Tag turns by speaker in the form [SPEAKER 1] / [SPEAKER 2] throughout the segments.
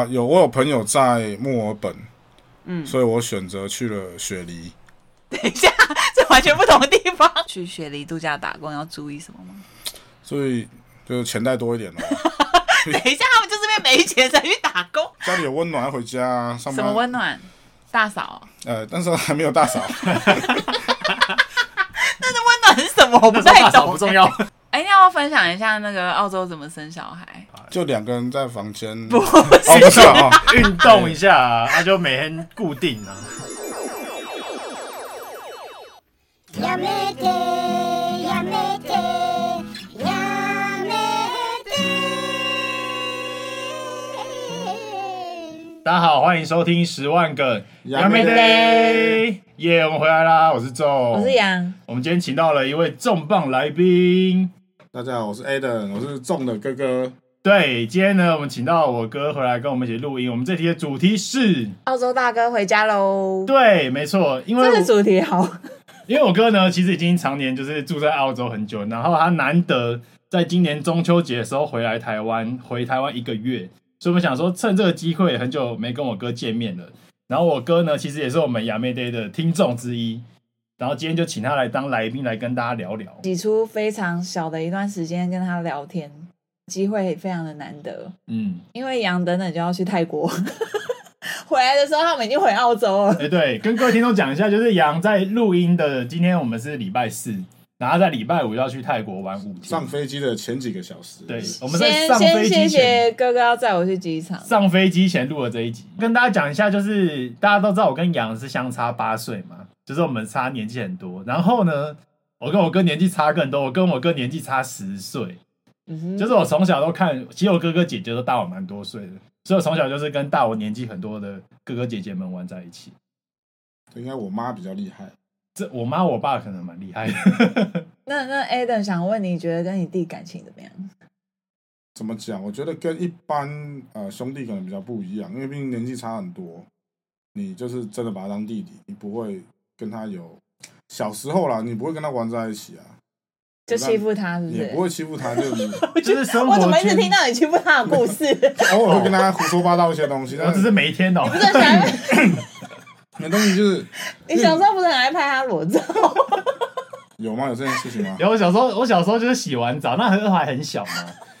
[SPEAKER 1] 啊，有我有朋友在墨尔本，
[SPEAKER 2] 嗯，
[SPEAKER 1] 所以我选择去了雪梨。
[SPEAKER 2] 等一下，这完全不同的地方。去雪梨度假打工要注意什 么吗？
[SPEAKER 1] 所以就是钱带多一点哦，
[SPEAKER 2] 等一下，他们就是因为没钱才去打 工。
[SPEAKER 1] 家里有温暖要回家啊，上
[SPEAKER 2] 什么
[SPEAKER 1] 班
[SPEAKER 2] 温暖？大嫂，
[SPEAKER 1] 呃，但是还没有大 嫂，
[SPEAKER 2] 那是温暖是什么？我不太
[SPEAKER 3] 大嫂
[SPEAKER 2] 懂。
[SPEAKER 3] 不 重要。
[SPEAKER 2] 哎，那要不要分享一下那个澳洲怎么生小 孩？
[SPEAKER 1] 就两个人在房间。
[SPEAKER 2] 不
[SPEAKER 1] 哦，
[SPEAKER 2] 是，
[SPEAKER 1] 不是 啊，哦
[SPEAKER 3] 运动一下、啊，那就每天固定啊。
[SPEAKER 4] やめてやめてやめて
[SPEAKER 3] 大家好，欢迎收听《十万梗
[SPEAKER 1] 杨梅
[SPEAKER 3] 嘞，耶我们回来啦，我是宙，我
[SPEAKER 5] 我是。杨，
[SPEAKER 3] 我们今天请到了一位重磅来宾，
[SPEAKER 1] 大家好，我是 Adam，我是仲的哥哥。
[SPEAKER 3] 对，今天呢，我们请到我哥回来跟我们一起录音。我们这题的主题是，
[SPEAKER 5] 澳洲大哥回家喽。
[SPEAKER 3] 对，没错，因为
[SPEAKER 5] 这
[SPEAKER 3] 我
[SPEAKER 5] 个主题好，
[SPEAKER 3] 因为我哥呢，其实已经常年就是住在澳洲很久，然后他难得在今年中秋节的时候回来台湾，回台湾一个月，所以我们想说趁这个机会，很久没跟我哥见面了。然后我哥呢，其实也是我们亚妹 day 的听众之一，然后今天就请他来当来宾来跟大家聊聊。
[SPEAKER 5] 挤出非常小的一段时间跟他聊天，机会非常的难得，
[SPEAKER 3] 嗯，
[SPEAKER 5] 因为杨等等就要去泰国， 回来的时候他们已经回澳洲了。
[SPEAKER 3] 哎、对，跟各位听众讲一下，就是杨在录音的今天我们是礼拜四，然后在礼拜五要去泰国玩五天。
[SPEAKER 1] 上飞机的前几个小时，
[SPEAKER 3] 对，我们在
[SPEAKER 5] 先
[SPEAKER 3] 上
[SPEAKER 5] 先
[SPEAKER 3] 飞机
[SPEAKER 5] 谢
[SPEAKER 3] 前
[SPEAKER 5] 谢哥哥要载我去机场，
[SPEAKER 3] 上飞机前录了这一集，跟大家讲一下，就是大家都知道我跟杨是相差八岁嘛，就是我们差年纪很多。然后呢，我跟我哥年纪差更多，我跟我哥年纪差十岁，
[SPEAKER 5] 嗯哼
[SPEAKER 3] 就是我从小都看，其实我哥哥姐姐都大我蛮多岁的，所以我从小就是跟大我年纪很多的哥哥姐姐们玩在一起。
[SPEAKER 1] 应该我妈比较厉害。
[SPEAKER 3] 这我妈我爸可能蛮厉害的，
[SPEAKER 5] 那那 Adam 想问你觉得跟你弟感情怎么样？
[SPEAKER 1] 怎么讲？我觉得跟一般呃兄弟可能比较不一样，因为毕竟年纪差很多，你就是真的把他当弟弟，你不会跟他有小时候啦，你不会跟他玩在一起啊，
[SPEAKER 5] 就欺负他是不
[SPEAKER 1] 你也
[SPEAKER 5] 是
[SPEAKER 1] 不？会欺负 他，就是你
[SPEAKER 3] 就是生活
[SPEAKER 5] 我
[SPEAKER 3] 圈
[SPEAKER 5] 怎么一直听到你欺负他的故事？
[SPEAKER 1] 偶尔会跟他胡说八道一些东西，
[SPEAKER 3] 我
[SPEAKER 1] 但
[SPEAKER 3] 只是
[SPEAKER 1] 是
[SPEAKER 3] 每一天哦、
[SPEAKER 5] 不是想
[SPEAKER 1] 那东西就是
[SPEAKER 5] 你小时候不是很爱拍他裸照？
[SPEAKER 1] 有吗？有这件事情吗？
[SPEAKER 3] 然后我小时候，我小时候就是洗完澡，那时候还很小嘛，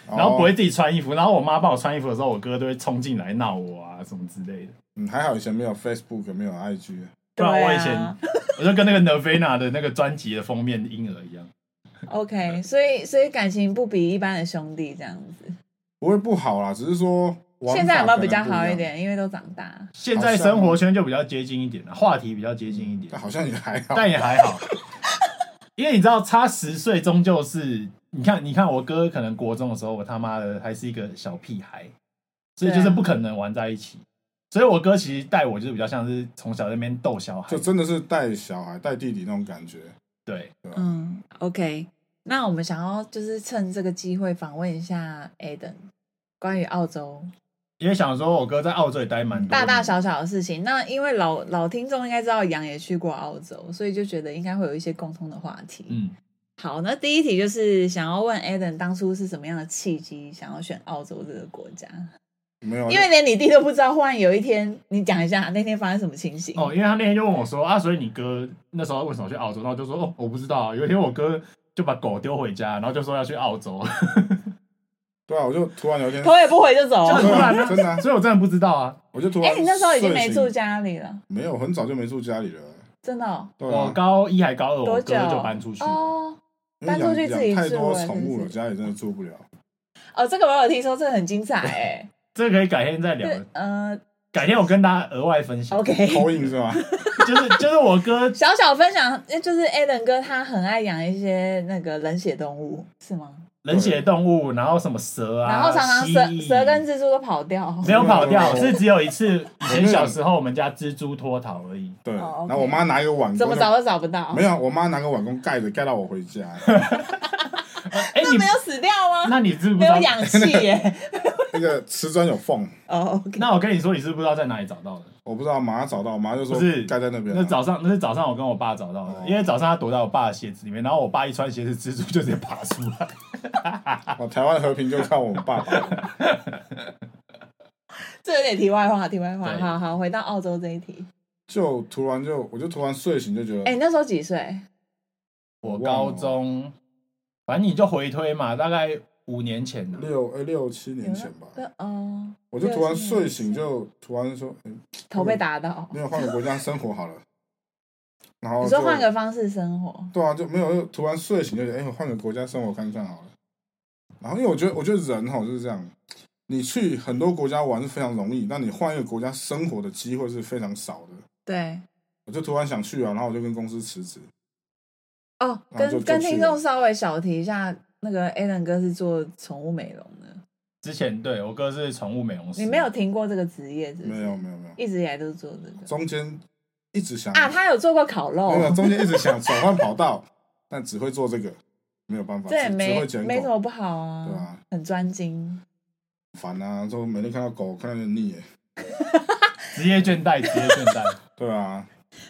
[SPEAKER 1] 哦
[SPEAKER 3] 然后不会自己穿衣服，然后我妈帮我穿衣服的时候，我哥都会冲进来闹我啊什么之类的。
[SPEAKER 1] 嗯，还好以前没有 Facebook，没有 IG，
[SPEAKER 3] 不然我以
[SPEAKER 5] 对
[SPEAKER 3] 前、
[SPEAKER 5] 啊
[SPEAKER 3] 我就跟那个 Nirvana 的那个专辑的封面婴儿一样，
[SPEAKER 5] 啊 OK，所以所以感情不比一般的兄弟这样子。
[SPEAKER 1] 不会不好啦，只是说玩法
[SPEAKER 5] 现在有没有比较
[SPEAKER 1] 可能不
[SPEAKER 5] 好一
[SPEAKER 1] 样？
[SPEAKER 5] 点？因为都长大。
[SPEAKER 3] 现在生活圈就比较接近一点了、话题比较接近一点
[SPEAKER 1] 但，好像也还好。
[SPEAKER 3] 但也还好，因为你知道差十岁终究是，你看你看我哥可能国中的时候，我他妈的还是一个小屁孩，所以就是
[SPEAKER 5] 对啊
[SPEAKER 3] 不可能玩在一起。所以我哥其实带我就是比较像是从小在那边逗小孩
[SPEAKER 1] 就，真的是带小孩、带弟弟那种感觉。
[SPEAKER 3] 对，
[SPEAKER 5] 嗯，OK。那我们想要就是趁这个机会访问一下 Aden 关于澳洲
[SPEAKER 3] 因为想说我哥在澳洲也待蛮多
[SPEAKER 5] 大
[SPEAKER 3] 年，
[SPEAKER 5] 大小小的事情。那因为老老听众应该知道杨也去过澳洲，所以就觉得应该会有一些共通的话题。
[SPEAKER 3] 嗯，
[SPEAKER 5] 好，那第一题就是想要问 Aden 当初是什么样的契机想要选澳洲这个国家？
[SPEAKER 3] 哦
[SPEAKER 1] 没有，啊
[SPEAKER 5] 因为连你弟都不知道，忽然有一天你讲一下那天发生什么情形？
[SPEAKER 3] 哦，因为他那天就问我说啊，所以你哥那时候为什么去澳洲？然后我就说哦，我不知道啊。有一天我哥就把狗丢回家，然后就说要去 澳洲，
[SPEAKER 1] 对啊，我就突然有一天，
[SPEAKER 5] 头也不回就 走。
[SPEAKER 3] 就
[SPEAKER 1] 对
[SPEAKER 3] 突
[SPEAKER 1] 啊
[SPEAKER 3] 然呢
[SPEAKER 1] 真的啊，
[SPEAKER 3] 所以我真的不知道啊。
[SPEAKER 1] 我就突然
[SPEAKER 5] 哎、
[SPEAKER 1] 睡醒。
[SPEAKER 5] 你那时候已经没住家里了，
[SPEAKER 1] 没有，很早就没住家里了。
[SPEAKER 5] 真的哦。
[SPEAKER 1] 对
[SPEAKER 3] 我
[SPEAKER 1] 啊，
[SPEAKER 3] 高一还高二，我
[SPEAKER 5] 多久
[SPEAKER 3] 哥哦就搬出去了。
[SPEAKER 5] 哦
[SPEAKER 1] 因为
[SPEAKER 5] 搬出去
[SPEAKER 1] 养
[SPEAKER 5] 自己
[SPEAKER 1] 养太
[SPEAKER 5] 住
[SPEAKER 1] 多
[SPEAKER 5] 了
[SPEAKER 1] 宠物
[SPEAKER 5] 真
[SPEAKER 1] 了，
[SPEAKER 5] 是
[SPEAKER 1] 家里真的住不了。
[SPEAKER 5] 哦，这个我有听说，这个很精彩哎、
[SPEAKER 3] 这个可以改天再聊，
[SPEAKER 5] 对，呃
[SPEAKER 3] 改天我跟大家额外分享。
[SPEAKER 5] ，OK，
[SPEAKER 1] 口音是 吧？
[SPEAKER 3] 就是就是我哥
[SPEAKER 5] 小小分享，就是 Alan 哥他很爱养一些那个冷血动物，是吗？
[SPEAKER 3] 冷血动物，然后什么蛇啊，
[SPEAKER 5] 然后常常蛇
[SPEAKER 3] 蜥蜴
[SPEAKER 5] 蛇跟蜘蛛都跑掉。
[SPEAKER 3] 没有 跑掉，
[SPEAKER 1] 没有
[SPEAKER 3] 是只有一次以
[SPEAKER 1] 我没
[SPEAKER 3] 前
[SPEAKER 1] 有
[SPEAKER 3] 小时候我们家蜘蛛脱逃而已。
[SPEAKER 1] 对。
[SPEAKER 5] 哦，OK
[SPEAKER 1] 然后我妈拿一个碗，
[SPEAKER 5] 怎么
[SPEAKER 1] 我就
[SPEAKER 5] 找都找不到，
[SPEAKER 1] 没有，我妈拿个碗公盖着，盖到我回家。
[SPEAKER 3] 哎，
[SPEAKER 5] 那
[SPEAKER 3] 你
[SPEAKER 5] 没有死掉吗？
[SPEAKER 3] 那你知不知
[SPEAKER 5] 没有
[SPEAKER 3] 道？
[SPEAKER 5] 氧气耶、
[SPEAKER 1] 那个瓷砖有缝，
[SPEAKER 5] 哦，OK，
[SPEAKER 3] 那我跟你说，你是不知道在哪里找到的。
[SPEAKER 1] 我不知道，马上找到，我妈就说
[SPEAKER 3] 不是
[SPEAKER 1] 盖在那边啊。
[SPEAKER 3] 那早上那是早上我跟我爸找到
[SPEAKER 1] 哦
[SPEAKER 3] 的，因为早上他躲在我爸的鞋子里面，然后我爸一穿鞋子，蜘蛛就直接爬出来。
[SPEAKER 1] 哦，台湾和平就靠我们爸爸。
[SPEAKER 6] 这有点题外话，题外话。
[SPEAKER 7] 对
[SPEAKER 6] 好好，回到澳洲这一题。
[SPEAKER 1] 就突然就我就突然睡醒就觉得，
[SPEAKER 6] 哎、你那时候几岁？
[SPEAKER 7] 我高中，反正你就回推嘛，大概五年前了。
[SPEAKER 1] 六哎六七年前吧，
[SPEAKER 6] 有那哦，
[SPEAKER 1] 我就突然睡醒
[SPEAKER 6] 六
[SPEAKER 1] 就突然说，哎、
[SPEAKER 6] 头被打到。
[SPEAKER 3] 嗯
[SPEAKER 1] 没有换个国家生活好了。然后
[SPEAKER 6] 你说
[SPEAKER 1] 就
[SPEAKER 6] 换个方式生活，
[SPEAKER 1] 对啊，就没有就突然睡醒就觉得，哎、我换个国家生活看看好了。然后因为我觉得，我觉得人哈就是这样，你去很多国家玩是非常容易，但你换一个国家生活的机会是非常少的。
[SPEAKER 6] 对
[SPEAKER 1] 我就突然想去啊，然后我就跟公司辞职。
[SPEAKER 6] 哦，
[SPEAKER 1] 然后就
[SPEAKER 6] 跟跟
[SPEAKER 1] 就去
[SPEAKER 6] 听众
[SPEAKER 1] 了
[SPEAKER 6] 稍微小提一下，那个 Alan 哥是做宠物美容的，
[SPEAKER 7] 之前对我哥是宠物美容师，
[SPEAKER 6] 你没有听过这个职业是不是？
[SPEAKER 1] 没有，没有没有，
[SPEAKER 6] 一直以来都是做这个
[SPEAKER 1] 中间一直想
[SPEAKER 6] 啊。他有做过烤肉
[SPEAKER 1] 没，有 中间一直想转换跑道，但只会做这个，没有办法，
[SPEAKER 6] 这也
[SPEAKER 1] 只只
[SPEAKER 6] 没
[SPEAKER 1] 会捡
[SPEAKER 6] 没什
[SPEAKER 1] 狗，
[SPEAKER 6] 么不好啊，
[SPEAKER 1] 对啊
[SPEAKER 6] 很专精。
[SPEAKER 1] 烦啊！就每天看到狗，看到就腻耶，
[SPEAKER 7] 职业倦怠，职业倦怠。
[SPEAKER 1] 对啊，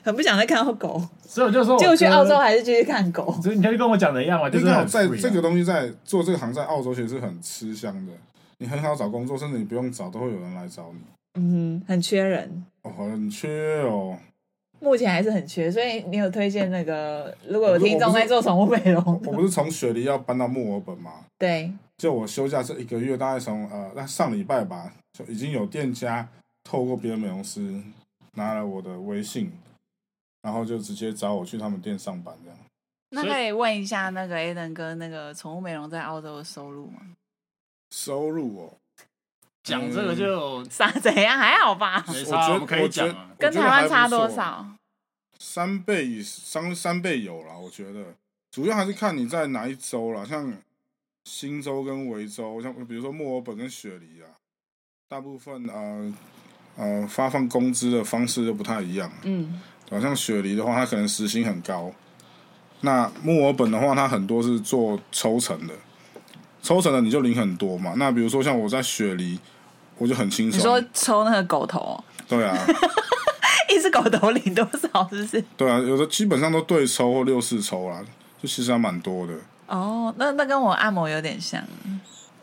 [SPEAKER 6] 很不想再看到狗，
[SPEAKER 7] 所以我就说我
[SPEAKER 6] 结果去
[SPEAKER 7] 哥
[SPEAKER 6] 澳洲，还是继续看狗。
[SPEAKER 7] 所以你就跟我讲的一样嘛，就
[SPEAKER 1] 因
[SPEAKER 7] 是
[SPEAKER 1] 为
[SPEAKER 7] 很
[SPEAKER 1] 在
[SPEAKER 7] free 啊
[SPEAKER 1] 这个东西在做这个行在澳洲其实是很吃香的，你很好找工作，甚至你不用找都会有人来找你。
[SPEAKER 6] 嗯，很缺人，
[SPEAKER 1] 哦，很缺哦，
[SPEAKER 6] 目前还是很缺，所以你有推荐那个？如果有
[SPEAKER 1] 我不是
[SPEAKER 6] 听众
[SPEAKER 1] 我不是
[SPEAKER 6] 在做宠物美
[SPEAKER 1] 我
[SPEAKER 5] 哦
[SPEAKER 6] 容的，
[SPEAKER 1] 我不是从雪梨要搬到墨尔本嘛，
[SPEAKER 6] 对，
[SPEAKER 1] 就我休假这一个月，大概从呃那上礼拜吧，就已经有店家透过别的美容师拿了我的微信，然后就直接找我去他们店上班这样。
[SPEAKER 5] 那
[SPEAKER 7] 所以
[SPEAKER 5] 可以问一下那个 Aden 哥，那个宠物美容在澳洲的收入吗？
[SPEAKER 1] 收入哦，
[SPEAKER 7] 讲这个就
[SPEAKER 5] 啥怎样？还好吧？
[SPEAKER 1] 嗯我
[SPEAKER 7] 没
[SPEAKER 1] 觉
[SPEAKER 7] 差我
[SPEAKER 1] 得
[SPEAKER 7] 们可以讲
[SPEAKER 1] 我觉
[SPEAKER 7] 啊
[SPEAKER 1] 得
[SPEAKER 5] 跟台湾差多？少？
[SPEAKER 1] 三倍以三三倍有啦，我觉得主要还是看你在哪一州啦，像新州跟维州，像比如说墨尔本跟雪梨啊，大部分呃呃发放工资的方式都不太一样。
[SPEAKER 6] 嗯，
[SPEAKER 1] 好像雪梨的话，它可能时薪很高。那墨尔本的话，它很多是做抽成的，抽成的你就领很多嘛。那比如说像我在雪梨，我就很轻
[SPEAKER 5] 你说
[SPEAKER 1] 松。
[SPEAKER 5] 抽那个狗头 哦，
[SPEAKER 1] 对啊，
[SPEAKER 5] 一只狗头领多少？是不是？
[SPEAKER 1] 对啊，有的基本上都对抽或六四抽啦，就其实还蛮多的。
[SPEAKER 5] 哦，那那跟我按摩有点像。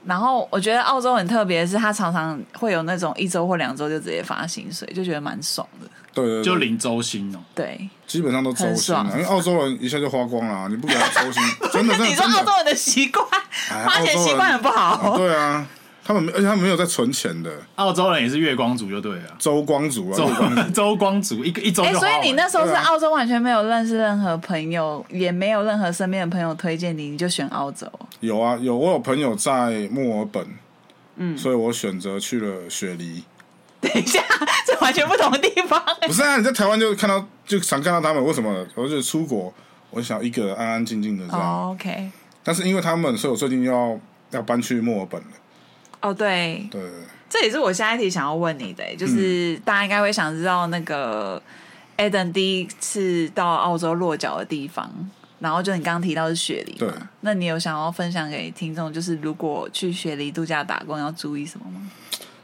[SPEAKER 5] 然后我觉得澳洲很特别，是它常常会有那种一周或两周就直接发薪水，就觉得蛮爽的。
[SPEAKER 1] 对对对，
[SPEAKER 7] 就领周薪哦。
[SPEAKER 5] 对，
[SPEAKER 1] 基本上都周
[SPEAKER 5] 很
[SPEAKER 1] 薪啊，
[SPEAKER 5] 爽
[SPEAKER 1] 因为澳洲人一下就花光了啊，你不给他周薪，真的真的
[SPEAKER 5] 你说
[SPEAKER 1] 真
[SPEAKER 5] 澳洲
[SPEAKER 1] 的，
[SPEAKER 5] 人的习惯，
[SPEAKER 1] 哎
[SPEAKER 5] 花钱习惯很不
[SPEAKER 1] 啊
[SPEAKER 5] 好。
[SPEAKER 1] 对啊，他们没而且他们没有在存钱的，
[SPEAKER 7] 澳洲人也是月光族就对了，
[SPEAKER 1] 周光族啊，
[SPEAKER 7] 周
[SPEAKER 1] 周光族
[SPEAKER 7] 周光族一个一周
[SPEAKER 5] 哎、
[SPEAKER 7] 就花
[SPEAKER 5] 所
[SPEAKER 7] 完。
[SPEAKER 5] 以你那时候是
[SPEAKER 1] 对啊
[SPEAKER 5] 澳洲完全没有认识任何朋友，也没有任何身边的朋友推荐你，你就选澳洲。
[SPEAKER 1] 有啊，有我有朋友在墨尔本，嗯，所以我选择去了雪梨。
[SPEAKER 5] 等一下，这完全不同的地方、
[SPEAKER 1] 不是啊，你在台湾就看到就常看到他们，为什么？我就出国，我想一个人安安静静的这样。
[SPEAKER 5] 哦、o k
[SPEAKER 1] 但是因为他们，所以我最近要要搬去墨尔本了。
[SPEAKER 5] 哦、对，
[SPEAKER 1] 对，
[SPEAKER 5] 这也是我下一题想要问你的、欸
[SPEAKER 1] 嗯
[SPEAKER 5] 就是大家应该会想知道那个 Eden 第一次到澳洲落脚的地方，然后就你刚刚提到是雪梨
[SPEAKER 1] 对
[SPEAKER 5] 嘛，那你有想要分享给听众，就是如果去雪梨度假打工要注意什 么吗？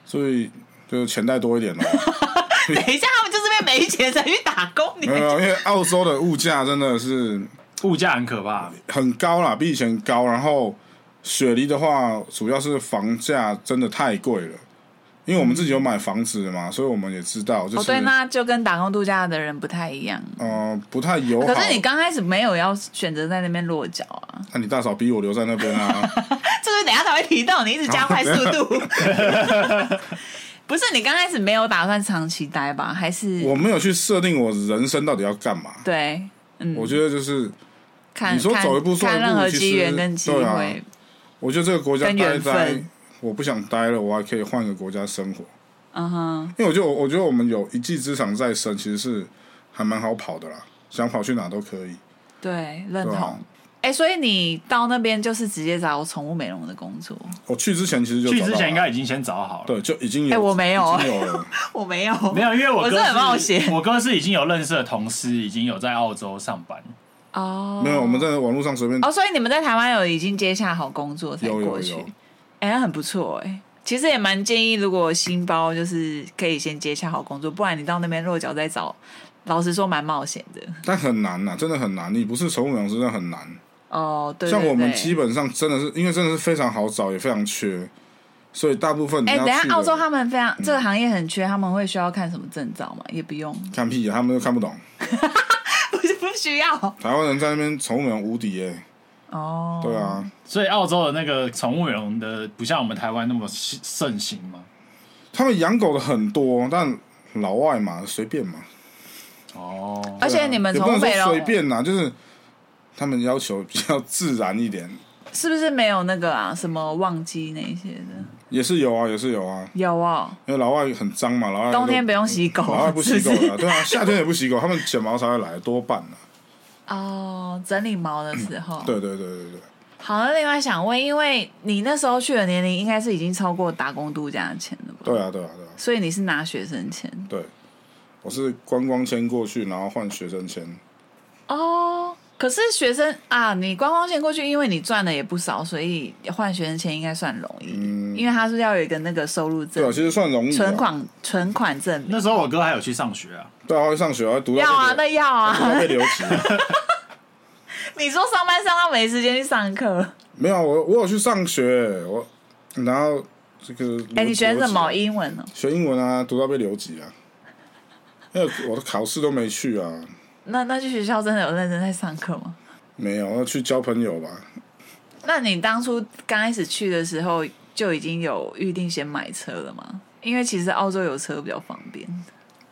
[SPEAKER 1] 所以就钱带多一点咯。
[SPEAKER 5] 等一下，他们就是被没钱才去打工，你
[SPEAKER 1] 没有，没有因为澳洲的物价真的是
[SPEAKER 7] 物价很可怕，
[SPEAKER 1] 很高啦，比以前高。然后雪梨的话，主要是房价真的太贵了，因为我们自己有买房子的嘛，所以我们也知道，就
[SPEAKER 5] 嗯哦
[SPEAKER 1] 是、
[SPEAKER 5] 对，那就跟打工度假的人不太一样。
[SPEAKER 1] 呃不太友好。
[SPEAKER 5] 可是你刚开始没有要选择在那边落脚啊，
[SPEAKER 1] 那你大嫂逼我留在那边 啊，
[SPEAKER 5] 这个等一下才会提到，你一直加快速度。 不是你刚开始没有打算长期待吧？还是
[SPEAKER 1] 我没有去设定我人生到底要干嘛。
[SPEAKER 5] 对，嗯，
[SPEAKER 1] 我觉得就是，
[SPEAKER 5] 看
[SPEAKER 1] 你说走一步算
[SPEAKER 5] 看
[SPEAKER 1] 一步
[SPEAKER 5] 看任何
[SPEAKER 1] 其实
[SPEAKER 5] 机缘跟机
[SPEAKER 1] 对啊
[SPEAKER 5] 会，
[SPEAKER 1] 我觉得这个国家
[SPEAKER 5] 跟
[SPEAKER 1] 待
[SPEAKER 5] 缘
[SPEAKER 1] 一
[SPEAKER 5] 分
[SPEAKER 1] 待，我不想待了，我还可以换个国家生活。
[SPEAKER 5] 嗯哼，
[SPEAKER 1] 因为我觉得我，我觉得我们有一技之长在身，其实是还蛮好跑的啦，想跑去哪都可以。
[SPEAKER 5] 对，认
[SPEAKER 1] 对啊
[SPEAKER 5] 同。哎、所以你到那边就是直接找宠物美容的工作？
[SPEAKER 1] 我去之前其实就
[SPEAKER 7] 去
[SPEAKER 1] 找
[SPEAKER 7] 之
[SPEAKER 1] 到
[SPEAKER 7] 前
[SPEAKER 1] 了
[SPEAKER 7] 应该已经先找好了。
[SPEAKER 1] 对就已经有，
[SPEAKER 5] 哎我没有
[SPEAKER 1] 已经有了。
[SPEAKER 5] 我没有，
[SPEAKER 7] 没有，因为我
[SPEAKER 5] 我
[SPEAKER 7] 哥
[SPEAKER 5] 是很冒险
[SPEAKER 7] 我哥是已经有认识的同事，已经有在澳洲上班。
[SPEAKER 5] 哦，
[SPEAKER 1] 没有，我们在网络上随便
[SPEAKER 5] 哦，所以你们在台湾有已经接下好工作才
[SPEAKER 1] 有有
[SPEAKER 5] 过去
[SPEAKER 1] 有，
[SPEAKER 5] 哎、那很不错哎、其实也蛮建议，如果新包就是可以先接下好工作，不然你到那边落脚再找，老实说蛮冒险的。
[SPEAKER 1] 但很难呐、啊真的很难。你不是宠物养殖，真的很难。
[SPEAKER 5] 哦，对
[SPEAKER 1] 像我们
[SPEAKER 5] 对对
[SPEAKER 1] 基本上真的是，因为真的是非常好找，也非常缺。所以大部分你
[SPEAKER 5] 哎、
[SPEAKER 1] 要
[SPEAKER 5] 等一
[SPEAKER 1] 去
[SPEAKER 5] 下，
[SPEAKER 1] 的
[SPEAKER 5] 澳洲他们非常、这个行业很缺，他们会需要看什么证照吗？也不 用，
[SPEAKER 1] 看屁、啊，他们都看不懂。
[SPEAKER 5] 不是不需要
[SPEAKER 1] 台湾人在那边宠物园无敌耶、
[SPEAKER 5] 哦。
[SPEAKER 1] 对，啊，
[SPEAKER 7] 所以澳洲的那个宠物园的不像我们台湾那么盛盛行嘛。
[SPEAKER 1] 他们养狗的很多，但老外嘛随便嘛，
[SPEAKER 7] 哦，
[SPEAKER 5] 而且你们
[SPEAKER 1] 啊也不能
[SPEAKER 5] 从北
[SPEAKER 1] 说
[SPEAKER 5] 龙
[SPEAKER 1] 随便啦，就是他们要求比较自然一点，
[SPEAKER 5] 是不是没有那个啊？什么忘记那些的？
[SPEAKER 1] 也是有啊，也是有啊，
[SPEAKER 5] 有哦，
[SPEAKER 1] 因为老外很脏嘛，老外都
[SPEAKER 5] 冬天不用洗狗，
[SPEAKER 1] 哎老外不洗狗
[SPEAKER 5] 是不是
[SPEAKER 1] 的，对啊，夏天也不洗狗，他们剪毛才会来，多半啊，
[SPEAKER 5] 哦，整理毛的时候。
[SPEAKER 1] 对对对对对，
[SPEAKER 5] 好，那另外想问，因为你那时候去的年龄应该是已经超过打工度假的钱了吧？
[SPEAKER 1] 对啊对啊对啊
[SPEAKER 5] 所以你是拿学生钱
[SPEAKER 1] 对，我是观光签过去，然后换学生签，
[SPEAKER 5] 哦。可是学生啊，你观光线过去，因为你赚的也不少，所以换学生钱应该算容易，
[SPEAKER 1] 嗯
[SPEAKER 5] 因为他是要有一个那个收入
[SPEAKER 1] 对
[SPEAKER 5] 证
[SPEAKER 1] 啊，、其实算容易、啊，
[SPEAKER 5] 存款存款证明。
[SPEAKER 7] 那时候我哥还有去上学啊，
[SPEAKER 1] 对啊，会上学，还读到
[SPEAKER 5] 要啊，
[SPEAKER 1] 被
[SPEAKER 5] 那
[SPEAKER 1] 留
[SPEAKER 5] 要啊！
[SPEAKER 1] 读到被留级。
[SPEAKER 5] 你说上班上到没时间去上课，
[SPEAKER 1] 没有，我我有去上学，我然后这个
[SPEAKER 5] 哎、你学什么
[SPEAKER 1] 英？
[SPEAKER 5] 英文哦呢、
[SPEAKER 1] 学英文啊，读到被留级啊，因为我的考试都没去啊，
[SPEAKER 5] 那那去学校真的有认真在上课吗？
[SPEAKER 1] 没有，要去交朋友吧。
[SPEAKER 5] 那你当初刚开始去的时候就已经有预定先买车了吗？因为其实澳洲有车比较方便，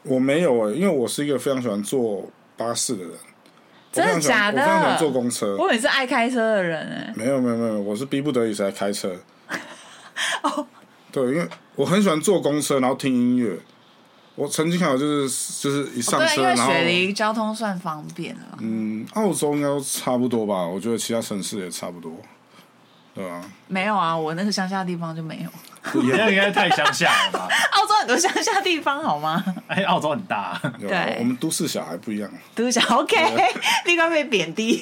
[SPEAKER 1] 我没有哎、因为我是一个非常喜欢坐巴士的人，
[SPEAKER 5] 真的假的
[SPEAKER 1] 我非常喜欢我非常喜欢坐公车。
[SPEAKER 5] 我也是爱开车的人哎、
[SPEAKER 1] 没有没有没有，我是逼不得已才开 车。
[SPEAKER 5] 哦
[SPEAKER 1] 对，因为我很喜欢坐公车，然后听音乐。我曾经还有就是就是一上
[SPEAKER 5] 哦对，啊
[SPEAKER 1] 车，
[SPEAKER 5] 因为
[SPEAKER 1] 然后
[SPEAKER 5] 雪梨交通算方便啊了。
[SPEAKER 1] 嗯，澳洲应该都差不多吧？我觉得其他城市也差不多，对吧、
[SPEAKER 5] 没有啊，我那个乡下地方就没有。
[SPEAKER 7] 你那个应该太乡下了吧？
[SPEAKER 5] 澳洲很多乡下地方好吗？
[SPEAKER 7] 哎，澳洲很大、啊，
[SPEAKER 1] 有
[SPEAKER 5] 对
[SPEAKER 1] 我们都市小孩不一样。
[SPEAKER 5] 都讲 OK，立刻被贬低。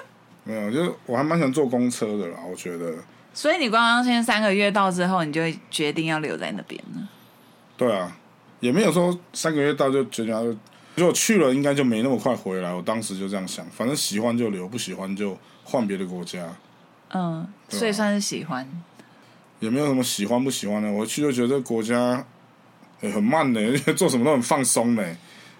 [SPEAKER 1] 没有，就是我还蛮喜欢坐公车的啦。我觉得，
[SPEAKER 5] 所以你观光签三个月到之后，你就会决定要留在那边了。
[SPEAKER 1] 对啊，也没有说三个月到就觉得就，如果去了应该就没那么快回来。我当时就这样想，反正喜欢就留，不喜欢就换别的国家，
[SPEAKER 5] 嗯，
[SPEAKER 1] 啊
[SPEAKER 5] 所以算是喜欢。
[SPEAKER 1] 也没有什么喜欢不喜欢的。我去就觉得这个国家、欸很慢呢、 做什么都很放松呢、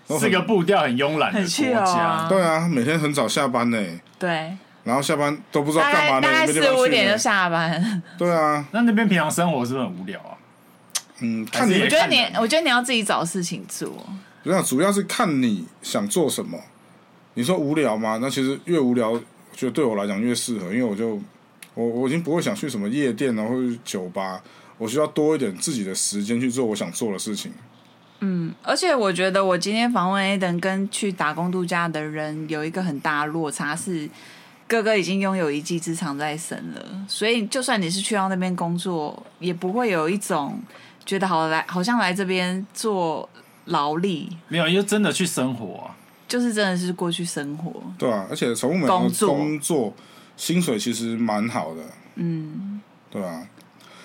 [SPEAKER 1] 都
[SPEAKER 7] 是
[SPEAKER 1] 很
[SPEAKER 7] 个步调很慵懒的
[SPEAKER 5] 很
[SPEAKER 7] 国
[SPEAKER 5] chill 啊
[SPEAKER 7] 家。
[SPEAKER 1] 对啊，每天很早下班呢、
[SPEAKER 5] 对，
[SPEAKER 1] 然后下班都不知道
[SPEAKER 5] 大
[SPEAKER 1] 干嘛呢，
[SPEAKER 5] 概大概
[SPEAKER 1] 也没地
[SPEAKER 5] 四
[SPEAKER 1] 方
[SPEAKER 5] 五
[SPEAKER 1] 去
[SPEAKER 5] 点就
[SPEAKER 1] 呢。
[SPEAKER 5] 下班。
[SPEAKER 1] 对啊，
[SPEAKER 7] 那那边平常生活是不是很无聊啊？
[SPEAKER 1] 嗯，
[SPEAKER 7] 还
[SPEAKER 1] 看
[SPEAKER 7] 是
[SPEAKER 1] 你
[SPEAKER 7] 也
[SPEAKER 5] 我觉得
[SPEAKER 7] 看
[SPEAKER 5] 你
[SPEAKER 7] 人，
[SPEAKER 5] 我觉得你要自己找事情做。
[SPEAKER 1] 不要，主要是看你想做什么。你说无聊吗？那其实越无聊，觉得对我来讲越适合，因为我就我我已经不会想去什么夜店啊然后酒吧，我需要多一点自己的时间去做我想做的事情。
[SPEAKER 5] 而且我觉得我今天访问 A 等跟去打工度假的人有一个很大的落差是，哥哥已经拥有一技之长在身了，所以就算你是去到那边工作，也不会有一种觉得好来好像来这边做劳力，
[SPEAKER 7] 没有，因为真的去生活啊。
[SPEAKER 5] 就是真的是过去生活。
[SPEAKER 1] 对啊，而且宠物美容
[SPEAKER 5] 工
[SPEAKER 1] 的
[SPEAKER 5] 作
[SPEAKER 1] 工作薪水其实蛮好的，嗯，对啊。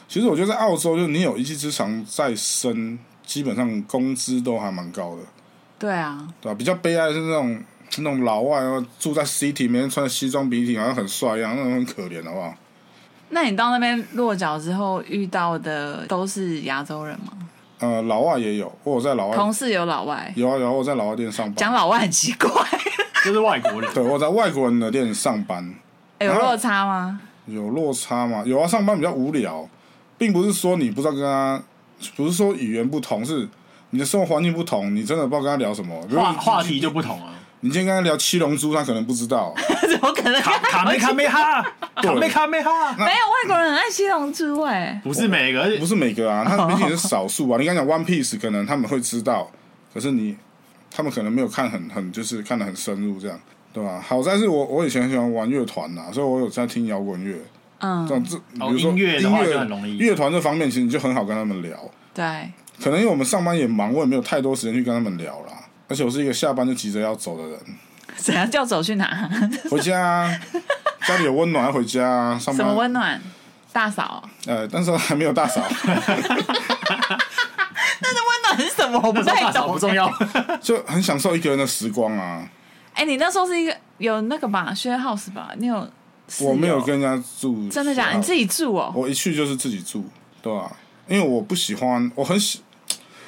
[SPEAKER 1] 其实我觉得在澳洲，就是你有一技之长在身，基本上工资都还蛮高的，
[SPEAKER 5] 对啊，
[SPEAKER 1] 对吧、比较悲哀的是那种那种老外然后住在 city，每天穿西装笔挺，好像很帅一样，那种很可怜，好不好？
[SPEAKER 5] 那你到那边落脚之后遇到的都是亚洲人吗？
[SPEAKER 1] 呃，老外也有，我有在老外
[SPEAKER 5] 同事有老外，
[SPEAKER 1] 有啊有啊，我在老外店上
[SPEAKER 5] 讲
[SPEAKER 1] 班，
[SPEAKER 5] 老外很奇怪，
[SPEAKER 7] 就是外国人
[SPEAKER 1] 对，我在外国人的店上班，
[SPEAKER 5] 有落差吗？
[SPEAKER 1] 有落差吗？有啊，上班比较无聊，并不是说你不知道跟他，不是说语言不同，是你的生活环境不同，你真的不知道跟他聊什 么。比如
[SPEAKER 7] 话
[SPEAKER 1] 你
[SPEAKER 7] 话题就不同啊。
[SPEAKER 1] 你今天跟他聊七龙珠，他可能不知道。
[SPEAKER 5] 怎么可能？
[SPEAKER 7] 卡卡梅卡梅哈，卡梅卡梅哈，
[SPEAKER 5] 没有外国人很爱七龙珠哎、
[SPEAKER 7] 不是每个，而
[SPEAKER 1] 不
[SPEAKER 7] 且
[SPEAKER 1] 是每个 啊，他毕竟是少数啊。你刚讲 One Piece，可能他们会知道，可是你他们可能没有看很很就是看得很深入这样，对吧、好在是我我以前很喜欢玩乐团呐，所以我有在听摇滚乐。
[SPEAKER 5] 嗯
[SPEAKER 1] 这种这
[SPEAKER 7] 哦
[SPEAKER 1] 比如说
[SPEAKER 7] 音乐的话就很容易
[SPEAKER 1] 乐团这方面其实你就很好跟他们聊。
[SPEAKER 5] 对，
[SPEAKER 1] 可能因为我们上班也忙，我也没有太多时间去跟他们聊啦。而且我是一个下班就急着要走的人，
[SPEAKER 5] 怎样叫走 去哪？
[SPEAKER 1] 回家、啊、家里有温暖要回家、啊，上
[SPEAKER 5] 什么
[SPEAKER 1] 班
[SPEAKER 5] 温暖？大嫂，
[SPEAKER 1] 呃，但是还没有大嫂，
[SPEAKER 5] 那个温暖是什么？我不
[SPEAKER 7] 那
[SPEAKER 5] 太
[SPEAKER 7] 大
[SPEAKER 5] 懂、
[SPEAKER 7] 嫂不重要。
[SPEAKER 1] 就很享受一个人的时光啊。
[SPEAKER 5] 哎、你那时候是一个有那个吧，share house 吧？你有室友？
[SPEAKER 1] 我没有跟人家住，
[SPEAKER 5] 真的假的？你自己住哦？
[SPEAKER 1] 我一去就是自己住，对啊，因为我不喜欢，我很喜，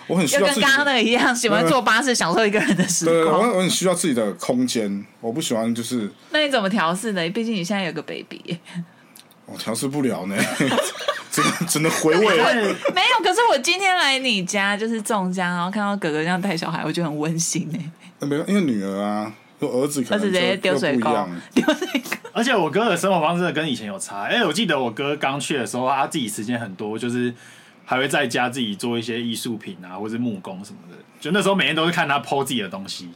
[SPEAKER 1] 我很需
[SPEAKER 5] 就
[SPEAKER 1] 要
[SPEAKER 5] 跟
[SPEAKER 1] 自己
[SPEAKER 5] 刚刚那
[SPEAKER 1] 的，
[SPEAKER 5] 个一样，喜欢
[SPEAKER 1] 对
[SPEAKER 5] 坐巴士享受一个人的时
[SPEAKER 1] 对对，对我
[SPEAKER 5] 光。
[SPEAKER 1] 我很需要自己的空间，我不喜欢就是
[SPEAKER 5] 那你怎么调试的？毕竟你现在有个 baby，
[SPEAKER 1] 我调试不了呢，真的真的 回味。
[SPEAKER 7] 对，
[SPEAKER 5] 没有。可是我今天来你家，就是中家，然后看到哥哥这样带小孩，我觉得很温馨哎、
[SPEAKER 1] 那 没有，因为女儿啊，有儿子可
[SPEAKER 5] 儿子
[SPEAKER 1] 能
[SPEAKER 5] 直
[SPEAKER 1] 就
[SPEAKER 5] 接丢
[SPEAKER 1] 又
[SPEAKER 5] 水
[SPEAKER 1] 不一
[SPEAKER 5] 沟
[SPEAKER 1] 样。，
[SPEAKER 5] 丢水沟。
[SPEAKER 7] 而且我哥的生活方式跟以前有差。哎、我记得我哥刚去的时候，他自己时间很多，就是还会在家自己做一些艺术品啊，或是木工什么的。就那时候每天都是看他 PO 自己的东西，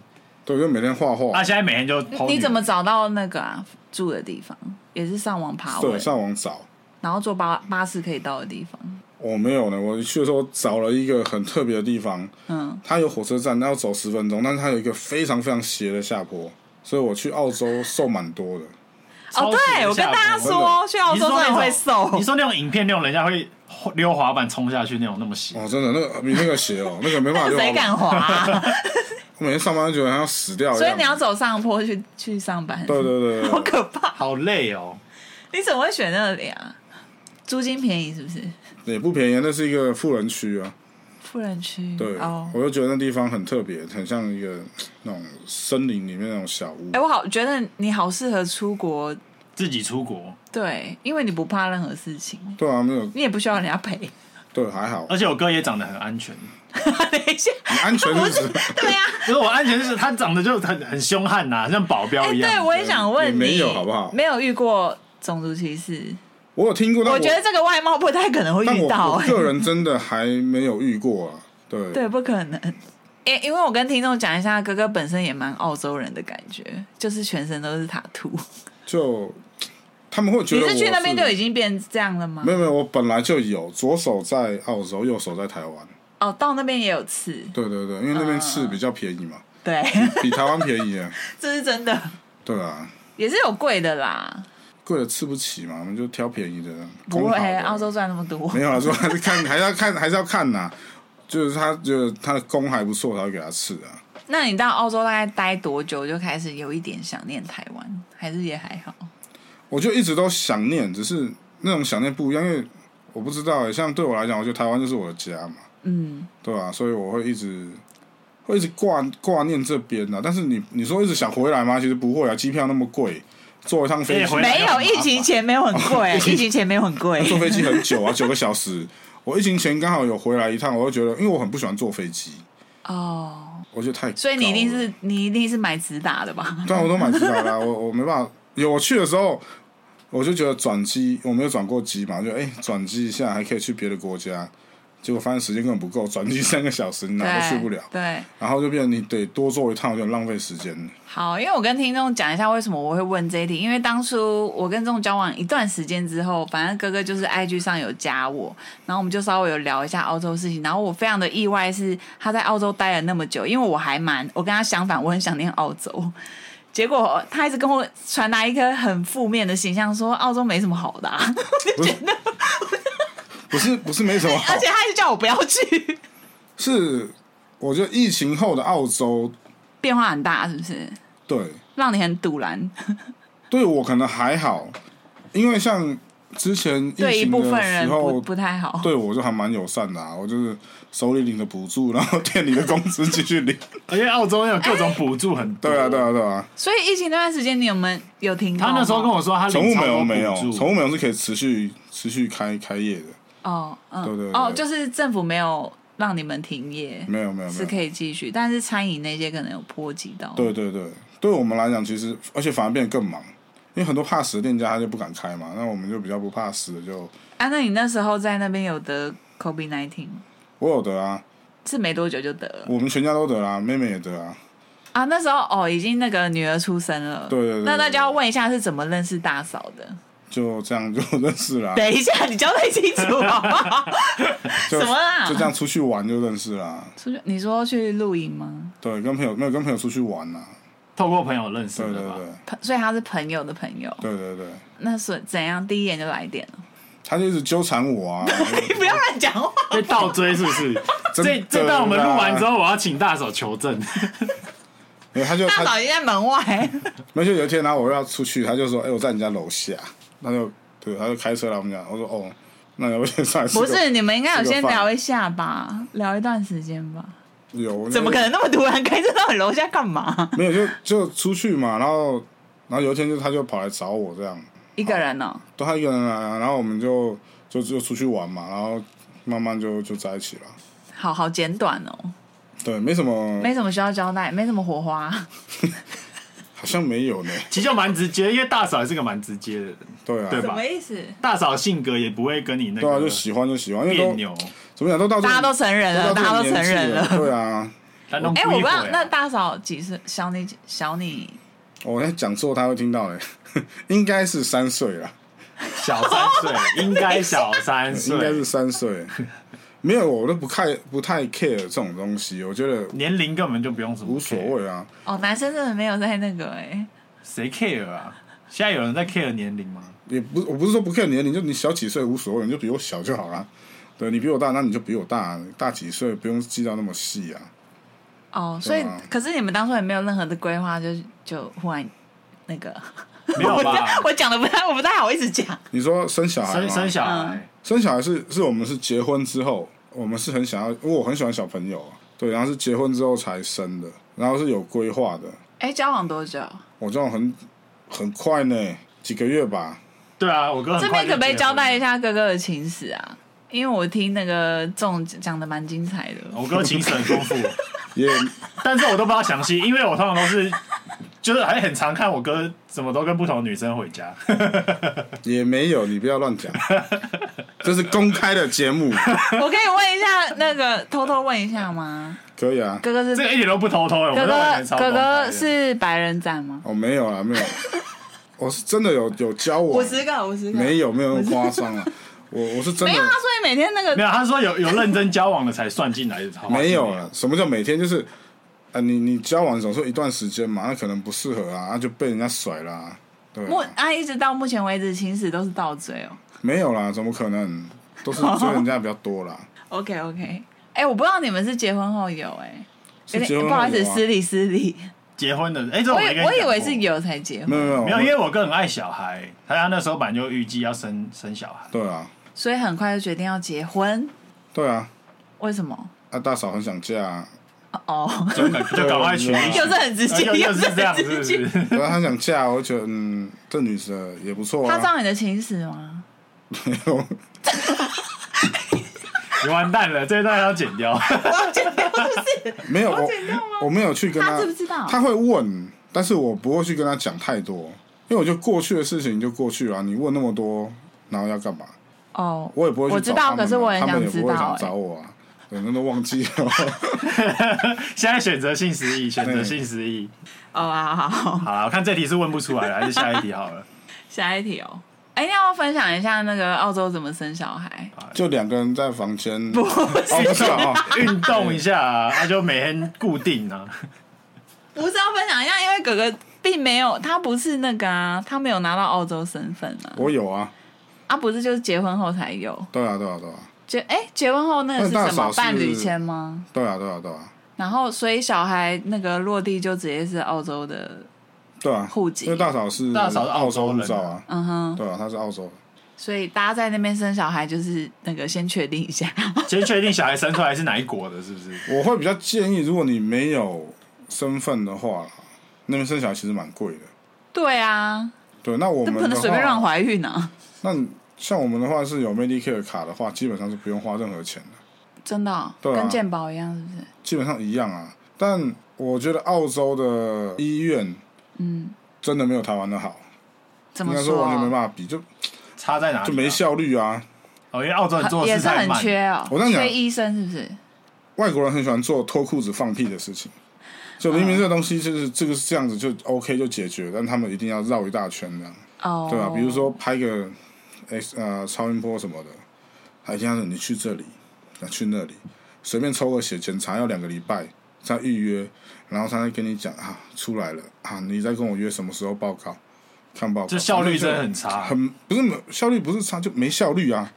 [SPEAKER 1] 对，就每天画画
[SPEAKER 7] 他、，现在每天就 PO
[SPEAKER 5] 你怎么
[SPEAKER 7] 女
[SPEAKER 5] 找到那个啊住的地方？也是上网爬
[SPEAKER 1] 对，
[SPEAKER 5] 文，
[SPEAKER 1] 上网找。
[SPEAKER 5] 然后坐巴巴士可以到的地方。
[SPEAKER 1] 我、没有呢，我去的时候找了一个很特别的地方，
[SPEAKER 5] 嗯，
[SPEAKER 1] 它有火车站，那要走十分钟，但是它有一个非常非常斜的下坡，所以我去澳洲瘦蛮多的。
[SPEAKER 5] 哦，
[SPEAKER 7] 超级
[SPEAKER 5] 对，我跟
[SPEAKER 7] 下
[SPEAKER 5] 大家
[SPEAKER 7] 坡
[SPEAKER 5] 说，去澳
[SPEAKER 7] 你是
[SPEAKER 5] 洲
[SPEAKER 7] 说
[SPEAKER 5] 真
[SPEAKER 7] 那
[SPEAKER 5] 的
[SPEAKER 7] 种
[SPEAKER 5] 会瘦。
[SPEAKER 7] 你说那种影片那种人家会溜滑板冲下去那种那么斜，
[SPEAKER 1] 哦，真的，那个比那个斜哦，那个没办 法溜
[SPEAKER 5] 谁
[SPEAKER 1] 滑
[SPEAKER 5] 敢
[SPEAKER 1] 板。
[SPEAKER 5] 滑 啊、
[SPEAKER 1] 我每天上班就觉得好像死掉一样。
[SPEAKER 5] 所以你要走上坡去去上班，
[SPEAKER 1] 对对对 对
[SPEAKER 5] 好
[SPEAKER 1] 对，
[SPEAKER 5] 可怕！
[SPEAKER 7] 好累哦。
[SPEAKER 5] 你怎么会选那里啊？租金便宜是不是？
[SPEAKER 1] 也不便宜，啊那是一个富人区啊。
[SPEAKER 5] 富人区
[SPEAKER 1] 对，
[SPEAKER 5] 哦。
[SPEAKER 1] 我就觉得那地方很特别，很像一个那种森林里面那种小屋。
[SPEAKER 5] 哎、我好觉得你好适合出国，
[SPEAKER 7] 自己出国，
[SPEAKER 5] 对，因为你不怕任何事情，
[SPEAKER 1] 对啊，没有，
[SPEAKER 5] 你也不需要人家陪。
[SPEAKER 1] 对，还好，
[SPEAKER 7] 而且我哥也长得很安全。
[SPEAKER 5] 等一下，
[SPEAKER 1] 安全日子
[SPEAKER 5] 对呀、
[SPEAKER 7] 不是我安全是他长得就很很凶悍呐、像保
[SPEAKER 5] 哎、
[SPEAKER 3] 哦
[SPEAKER 7] 镖一样。
[SPEAKER 5] 对我也想问
[SPEAKER 1] 也
[SPEAKER 5] 你，
[SPEAKER 1] 没有好不好
[SPEAKER 5] 没有遇过种族歧视，
[SPEAKER 1] 我有听过，但
[SPEAKER 5] 我
[SPEAKER 1] 我
[SPEAKER 5] 觉得这个外貌不太可能会
[SPEAKER 1] 但
[SPEAKER 5] 遇
[SPEAKER 1] 我
[SPEAKER 5] 到、
[SPEAKER 1] 我
[SPEAKER 5] 哎
[SPEAKER 1] 个人真的还没有遇过啊。对，
[SPEAKER 5] 对，不可能。因因为我跟听众讲一下，哥哥本身也蛮澳洲人的感觉，就是全身都是塔图。
[SPEAKER 1] 就他们会觉
[SPEAKER 5] 你
[SPEAKER 1] 得我
[SPEAKER 5] 是去那边就已
[SPEAKER 1] 经
[SPEAKER 5] 经变这样了吗
[SPEAKER 1] 没？有没有，我本来就有左手在澳洲，右手在台湾。
[SPEAKER 5] 哦，到那边也有刺，
[SPEAKER 1] 对对对，因为那
[SPEAKER 5] 嗯
[SPEAKER 1] 边吃比较便宜嘛，
[SPEAKER 5] 对，
[SPEAKER 1] 比台湾便宜啊。
[SPEAKER 5] 这是真的，
[SPEAKER 1] 对啊，
[SPEAKER 5] 也是有贵的啦。
[SPEAKER 1] 贵的吃不起嘛，我们就挑便宜的。
[SPEAKER 5] 不
[SPEAKER 1] 刚好
[SPEAKER 5] 会，
[SPEAKER 1] 的
[SPEAKER 5] 澳洲赚那么多
[SPEAKER 1] 没，有啊啦，说 还是看，还是要看，还是要看呐、就是他觉得他的工还不错，才会给他吃啊。
[SPEAKER 5] 那你到澳洲大概待多久就开始有一点想念台湾，还是也还好？
[SPEAKER 1] 我就一直都想念，只是那种想念不一样，因为我不知道、欸，像对我来讲，我觉得台湾就是我的家嘛，
[SPEAKER 5] 嗯，
[SPEAKER 1] 对吧、所以我会一直会一直挂挂念这边啊呐、但是你你说一直想回来吗？其实不会啊，机票那么贵，坐一趟飞
[SPEAKER 7] 哎
[SPEAKER 1] 机
[SPEAKER 7] 回来
[SPEAKER 5] 没有，疫情前没有很贵， 疫情前没有很贵。
[SPEAKER 1] 坐飞机很久啊，九个小时。我疫情前刚好有回来一趟，我就觉得，因为我很不喜欢坐飞机，
[SPEAKER 5] 哦，
[SPEAKER 1] 我觉得太高了
[SPEAKER 5] 所以你一定是你一定是买直达的吧？
[SPEAKER 1] 对啊，我都买直达啦，我我没办法。有我去的时候，我就觉得转机，我没有转过机嘛，就哎转机一下还可以去别的国家，结果发现时间根本不够，转机三个小时你哪都去不了，
[SPEAKER 5] 对，
[SPEAKER 1] 然后就变成你得多坐一趟，有点浪费时间。
[SPEAKER 5] 好，因为我跟听众讲一下为什么我会问这一题，因为当初我跟这种交往一段时间之后，反正哥哥就是 IG 上有加我，然后我们就稍微有聊一下澳洲事情，然后我非常的意外是他在澳洲待了那么久，因为我还蛮我跟他相反，我很想念澳洲。结果他一直跟我传达一个很负面的形象，说澳洲没什么好的、啊，
[SPEAKER 1] 不是，不是不是没什么好
[SPEAKER 5] 而，且他一直叫我不要去，
[SPEAKER 1] 是我觉得疫情后的澳洲，
[SPEAKER 5] 变化很大，是不是？
[SPEAKER 1] 对
[SPEAKER 5] 让你很堵然，
[SPEAKER 1] 对我可能还好，因为像之前疫
[SPEAKER 5] 对一
[SPEAKER 1] 情
[SPEAKER 5] 部分
[SPEAKER 1] 的
[SPEAKER 5] 人
[SPEAKER 1] 时
[SPEAKER 5] 不
[SPEAKER 1] 候，
[SPEAKER 5] 不太好。
[SPEAKER 1] 对我就还蛮友善的啊，我就是手里领的补助，然后店里的工资继续领。
[SPEAKER 7] 而且澳洲有各种补助很多。
[SPEAKER 1] 对啊，对啊，对啊。
[SPEAKER 5] 所以疫情那段时间，你有没有有停工
[SPEAKER 7] 他
[SPEAKER 5] 吗？
[SPEAKER 7] 那时候跟我说他领
[SPEAKER 1] 宠物
[SPEAKER 7] 超
[SPEAKER 1] 美
[SPEAKER 7] 多
[SPEAKER 1] 容没有，
[SPEAKER 7] 补助
[SPEAKER 1] 宠物美容是可以持续持续开开业的，
[SPEAKER 5] 哦，嗯，
[SPEAKER 1] 对对对
[SPEAKER 5] 哦，就是政府没有让你们停业，
[SPEAKER 1] 没有没有没
[SPEAKER 5] 是
[SPEAKER 1] 有。
[SPEAKER 5] 可以继续，但是餐饮那些可能有波及到。
[SPEAKER 1] 对对对，对我们来讲，其实而且反而变得更忙，因为很多怕死的店家他就不敢开嘛，那我们就比较不怕死的就
[SPEAKER 5] 啊，那你那时候在那边有得 COVID nineteen
[SPEAKER 1] 我有得啊，
[SPEAKER 5] 是没多久就得了
[SPEAKER 1] 我们全家都得啦、妹妹也得啊，
[SPEAKER 5] 啊？那时候哦，已经那个女儿出生了。
[SPEAKER 1] 对对对对
[SPEAKER 5] 那大家要问一下是怎么认识大嫂的？
[SPEAKER 1] 就这样就 认识啊啦、
[SPEAKER 5] 等一下，你交代清楚 好不好？
[SPEAKER 1] 就
[SPEAKER 5] 什么啦
[SPEAKER 1] 就这样出去玩就认识啊啦，
[SPEAKER 5] 出去你说去露营吗？
[SPEAKER 1] 对，跟朋友没有跟朋友出去玩啦、
[SPEAKER 7] 透过朋友认识
[SPEAKER 1] 对对
[SPEAKER 7] 的吧？
[SPEAKER 1] 对
[SPEAKER 5] 朋所以他是朋友的朋友。
[SPEAKER 1] 对对对，
[SPEAKER 5] 那是怎样？第一眼就来电 了？
[SPEAKER 1] 他就一直纠缠我啊，
[SPEAKER 5] 你不要乱讲话。
[SPEAKER 7] 被倒追是不是？这
[SPEAKER 1] 真的
[SPEAKER 7] 这段我们录完之
[SPEAKER 1] 啦，
[SPEAKER 7] 后，我要请大手求证。
[SPEAKER 1] 没有他就
[SPEAKER 5] 大
[SPEAKER 1] 他
[SPEAKER 5] 嫂已经在门外。
[SPEAKER 1] 没有，就有一天，然后我要出去，他就说：“哎、我在你家楼下。”他就对，他就开车来我们家。我说：“哦，那要不先上来吃
[SPEAKER 5] 不
[SPEAKER 1] 个
[SPEAKER 5] 是，你们应该有
[SPEAKER 1] 吃个
[SPEAKER 5] 先
[SPEAKER 1] 饭
[SPEAKER 5] 聊一下吧，聊一段时间吧。
[SPEAKER 1] 有
[SPEAKER 5] 怎么可能那么突然开车到你楼下干嘛？
[SPEAKER 1] 没有就就出去嘛，然后然后有一天就他就跑来找我这样，
[SPEAKER 5] 一个人哦，
[SPEAKER 1] 都他一个人来啊，然后我们就就就出去玩嘛，然后慢慢就就在一起了。
[SPEAKER 5] 好好简短哦，
[SPEAKER 1] 对，没什么，
[SPEAKER 5] 没什么需要交代，没什么火花。
[SPEAKER 1] 好像没有呢。
[SPEAKER 3] 其实就蛮直接，因为大嫂也是个蛮直接的人，
[SPEAKER 1] 对啊，
[SPEAKER 3] 对吧
[SPEAKER 5] 什么意思？
[SPEAKER 3] 大嫂性格也不会跟你那
[SPEAKER 1] 对啊，
[SPEAKER 3] 个
[SPEAKER 1] 就喜欢就喜欢，因为
[SPEAKER 3] 别
[SPEAKER 1] 都
[SPEAKER 3] 扭。
[SPEAKER 1] 怎么讲都到这
[SPEAKER 5] 大家都成人了，
[SPEAKER 1] 到
[SPEAKER 5] 大
[SPEAKER 1] 这个
[SPEAKER 5] 家都成
[SPEAKER 1] 年纪
[SPEAKER 5] 人
[SPEAKER 1] 了。
[SPEAKER 5] 了。
[SPEAKER 1] 对啊，
[SPEAKER 3] 但弄
[SPEAKER 5] 哎、
[SPEAKER 3] 故
[SPEAKER 5] 我
[SPEAKER 3] 意
[SPEAKER 5] 不知道
[SPEAKER 3] 回啊
[SPEAKER 5] 那大嫂几岁？小你几小你
[SPEAKER 1] 我在讲错，他会听到的， 应该是三岁啦，
[SPEAKER 3] 小三岁，应该小三岁，
[SPEAKER 1] 应该是三岁。没有，我都不太不太 care 这种东西，我觉得
[SPEAKER 3] 年龄根本就不用什么
[SPEAKER 1] 无所
[SPEAKER 3] care，
[SPEAKER 1] 谓啊。
[SPEAKER 5] 哦，男生真的没有在那个哎、
[SPEAKER 3] 谁 care 啊？现在有人在 care 年龄吗？
[SPEAKER 1] 也不，我不是说不 care 年龄，就你小几岁无所谓，你就比我小就好啦。对你比我大，那你就比我大，大几岁不用计较那么细啊。
[SPEAKER 5] 哦，所以
[SPEAKER 1] 对啊
[SPEAKER 5] 可是你们当初也没有任何的规划，就就忽然那个
[SPEAKER 3] 没有吧？
[SPEAKER 5] 我讲的不太，我不太好意思讲。
[SPEAKER 1] 你说生小孩吗？
[SPEAKER 3] 生生小
[SPEAKER 5] 嗯
[SPEAKER 3] 孩，
[SPEAKER 1] 生小孩是是我们是结婚之后，我们是很想要，因为我很喜欢小朋友啊，对，然后是结婚之后才生的，然后是有规划的。
[SPEAKER 5] 哎、交往多久？
[SPEAKER 1] 我这种很很快呢，几个月吧，
[SPEAKER 3] 对啊，我哥很
[SPEAKER 5] 这
[SPEAKER 3] 快
[SPEAKER 5] 边
[SPEAKER 3] 就
[SPEAKER 5] 可不可以
[SPEAKER 3] 结婚
[SPEAKER 5] 交代一？下哥哥的情史啊？因为我听那个仲讲的蛮精彩的。
[SPEAKER 3] 我哥情史很丰富，
[SPEAKER 1] 也
[SPEAKER 3] 但是我都不知道详细，因为我通常都是 就是还很常看我哥怎么都跟不同的女生回家。
[SPEAKER 1] 也没有，你不要乱 讲，这是公开的节目，
[SPEAKER 5] 我可以问一下那个，偷偷问一下吗？
[SPEAKER 1] 可以啊。
[SPEAKER 5] 哥哥是
[SPEAKER 3] 这个一点都不偷欸偷的，我
[SPEAKER 5] 哥
[SPEAKER 3] 都
[SPEAKER 5] 哥
[SPEAKER 3] 完全超
[SPEAKER 5] 哥
[SPEAKER 3] 公开的
[SPEAKER 5] 哥是白人展吗？
[SPEAKER 1] 哦，没有啦，没有，我是真的有有教我，
[SPEAKER 5] 个，五十
[SPEAKER 1] 没有没有那么夸张啊，我我是真
[SPEAKER 5] 没有啊，
[SPEAKER 1] 的
[SPEAKER 5] 所以每天那个
[SPEAKER 3] 没有，他说有有认真交往的才算进来的，好吗
[SPEAKER 1] 没有了。什么叫每天就是？啊，你你交往总是有一段时间嘛，那可能不适合啊，那就被人家甩啦、对啊、
[SPEAKER 5] 目啊，一直到目前为止，情史都是到嘴哦。
[SPEAKER 1] 没有啦，怎么可能？都是追人家比较多啦。
[SPEAKER 5] OK OK，哎、我不知道你们是结婚后有哎、
[SPEAKER 1] 是
[SPEAKER 5] 有
[SPEAKER 1] 结
[SPEAKER 5] 点
[SPEAKER 1] 婚
[SPEAKER 5] 不好
[SPEAKER 1] 后
[SPEAKER 5] 意思，
[SPEAKER 1] 有啊
[SPEAKER 5] 私礼私礼，
[SPEAKER 3] 结婚的，哎，这
[SPEAKER 5] 我
[SPEAKER 3] 没
[SPEAKER 5] 以
[SPEAKER 3] 跟你
[SPEAKER 5] 我以
[SPEAKER 3] 讲
[SPEAKER 5] 为
[SPEAKER 3] 过
[SPEAKER 5] 是有才结
[SPEAKER 1] 没
[SPEAKER 5] 婚，
[SPEAKER 1] 有没有
[SPEAKER 3] 没有，因为我哥很爱小孩，他他那时候本来就预计要生生小孩，
[SPEAKER 1] 对啊
[SPEAKER 5] 所以很快就决定要结婚。
[SPEAKER 1] 对啊，
[SPEAKER 5] 为什么？
[SPEAKER 1] 啊大嫂很想嫁、啊，
[SPEAKER 5] 哦，
[SPEAKER 3] 就赶就赶快 娶一
[SPEAKER 5] 又
[SPEAKER 3] 娶
[SPEAKER 5] 是很直接，
[SPEAKER 3] 又又
[SPEAKER 5] 是
[SPEAKER 3] 是这样，
[SPEAKER 5] 很
[SPEAKER 3] 是不
[SPEAKER 5] 直接。
[SPEAKER 3] 是？
[SPEAKER 1] 对啊，她想嫁， 我就觉得嗯，这女的也不错
[SPEAKER 5] 他知
[SPEAKER 1] 啊。
[SPEAKER 5] 道你的情史吗？
[SPEAKER 3] 你完蛋了，这一段要剪掉。
[SPEAKER 1] 没有我我没有去跟
[SPEAKER 5] 他
[SPEAKER 1] 她
[SPEAKER 5] 知不，知道？
[SPEAKER 1] 她会问，但是我不会去跟她讲太多，因为我觉得过去的事情就过去啊了、你问那么多，然后要干嘛？
[SPEAKER 5] 哦，
[SPEAKER 1] 我也不会去
[SPEAKER 5] 我知
[SPEAKER 1] 找他
[SPEAKER 5] 道
[SPEAKER 1] 们啊
[SPEAKER 5] 可是我很
[SPEAKER 1] 他们
[SPEAKER 5] 想
[SPEAKER 1] 也
[SPEAKER 5] 知
[SPEAKER 1] 不会
[SPEAKER 5] 道
[SPEAKER 1] 想
[SPEAKER 5] 欸
[SPEAKER 1] 找我啊，可能都忘记 了。
[SPEAKER 3] 现在选择性失忆，选择性失忆。
[SPEAKER 5] 哦，好好好，
[SPEAKER 3] 好了，我看这题是问不出来了，还是下一题好了。
[SPEAKER 5] 下一题哦。哎、你要不要分享一下那个澳洲怎么生小孩？
[SPEAKER 1] 就两个人在房间，不哦不是啊哦，
[SPEAKER 3] 运动一下、啊， 那就每天固定啊。
[SPEAKER 5] 不是要分享一下，因为哥哥并没有，他不是那个啊，他没有拿到澳洲身份啊，
[SPEAKER 1] 我有啊，
[SPEAKER 5] 啊，不是就是结婚后才有，
[SPEAKER 1] 对啊对啊对啊
[SPEAKER 5] 结哎、结婚后那个是
[SPEAKER 1] 那大
[SPEAKER 5] 什
[SPEAKER 1] 嫂
[SPEAKER 5] 么
[SPEAKER 1] 是
[SPEAKER 5] 伴侣签吗？
[SPEAKER 1] 对啊对啊对啊。
[SPEAKER 5] 然后所以小孩那个落地就直接是澳洲的，
[SPEAKER 1] 对啊，
[SPEAKER 5] 户籍
[SPEAKER 1] 因为大嫂是
[SPEAKER 3] 大嫂是
[SPEAKER 1] 澳
[SPEAKER 3] 澳洲
[SPEAKER 1] 护
[SPEAKER 3] 人啊
[SPEAKER 1] 照啊，
[SPEAKER 5] 嗯哼，
[SPEAKER 1] 对啊，她是澳洲，
[SPEAKER 5] 所以大家在那边生小孩就是那个先确定一下，
[SPEAKER 3] 先确定小孩生出来是哪一国的，是不是？
[SPEAKER 1] 我会比较建议，如果你没有身份的话啦，那边生小孩其实蛮贵的。
[SPEAKER 5] 对啊，
[SPEAKER 1] 对，那我
[SPEAKER 5] 这
[SPEAKER 1] 们
[SPEAKER 5] 不
[SPEAKER 1] 的
[SPEAKER 5] 能随便乱
[SPEAKER 1] 话，
[SPEAKER 5] 怀孕啊，
[SPEAKER 1] 那你像我们的话是有 Medicare 卡的话，基本上是不用花任何钱的，
[SPEAKER 5] 真的哦、
[SPEAKER 1] 对啊
[SPEAKER 5] 跟健保一样是不是？
[SPEAKER 1] 基本上一样啊。但我觉得澳洲的医院
[SPEAKER 5] 嗯，
[SPEAKER 1] 真的没有台湾的好，
[SPEAKER 5] 怎
[SPEAKER 1] 应
[SPEAKER 5] 么啊
[SPEAKER 1] 该说完全没办法比，就
[SPEAKER 3] 差在哪里、
[SPEAKER 1] 就没。效率啊。
[SPEAKER 3] 哦，因为澳洲人做
[SPEAKER 5] 也
[SPEAKER 3] 事
[SPEAKER 5] 是
[SPEAKER 3] 太
[SPEAKER 5] 很
[SPEAKER 3] 慢。
[SPEAKER 5] 缺哦，
[SPEAKER 1] 我跟你讲
[SPEAKER 5] 缺医生是不是？
[SPEAKER 1] 外国人很喜欢做脱裤子放屁的事情，就明明
[SPEAKER 5] 嗯
[SPEAKER 1] 这个东西就是这个是这样子就 OK 就解决，但他们一定要绕一大圈这样。
[SPEAKER 5] 哦，
[SPEAKER 1] 对啊，比如说拍个 X 呃超音波什么的，他一定要说你去这里，啊去那里，随便抽个血检查要两个礼拜，再预约，然后他再跟你讲啊出来了啊，你再跟我约什么时候报告，看报告，
[SPEAKER 3] 这效率真的很差
[SPEAKER 1] 很不是没有效率不是差就没效率啊！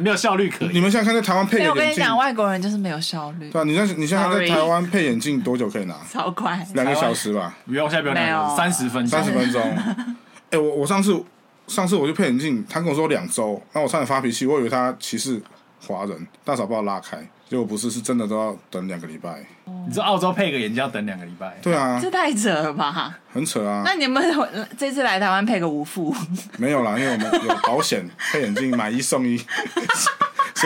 [SPEAKER 3] 没有效率可
[SPEAKER 1] 你
[SPEAKER 3] 言。
[SPEAKER 1] 们现在看在台湾配
[SPEAKER 5] 没
[SPEAKER 1] 个
[SPEAKER 5] 有，我跟
[SPEAKER 1] 眼
[SPEAKER 5] 你
[SPEAKER 1] 镜
[SPEAKER 5] 讲，，外国人就是没有效率，
[SPEAKER 1] 对啊，你像你现在在
[SPEAKER 5] Sorry
[SPEAKER 1] 台湾配眼镜多久可以拿？
[SPEAKER 5] 超快。
[SPEAKER 1] 两个小时吧，
[SPEAKER 3] 不用，现在不用
[SPEAKER 5] 没有
[SPEAKER 3] 三十分钟，
[SPEAKER 1] 三十分钟。哎、我我上次上次我去配眼镜，他跟我说两周，那我差点发脾气，我以为他歧视华人，大嫂把我拉开，结果不是，是真的都要等两个礼拜。
[SPEAKER 3] 你知道澳洲配个眼镜要等两个礼拜，
[SPEAKER 1] 对啊，
[SPEAKER 5] 这太扯了吧？
[SPEAKER 1] 很扯啊。
[SPEAKER 5] 那你们这次来台湾配个无副，
[SPEAKER 1] 没有啦，因为我们有保险，配眼镜买一送一， 所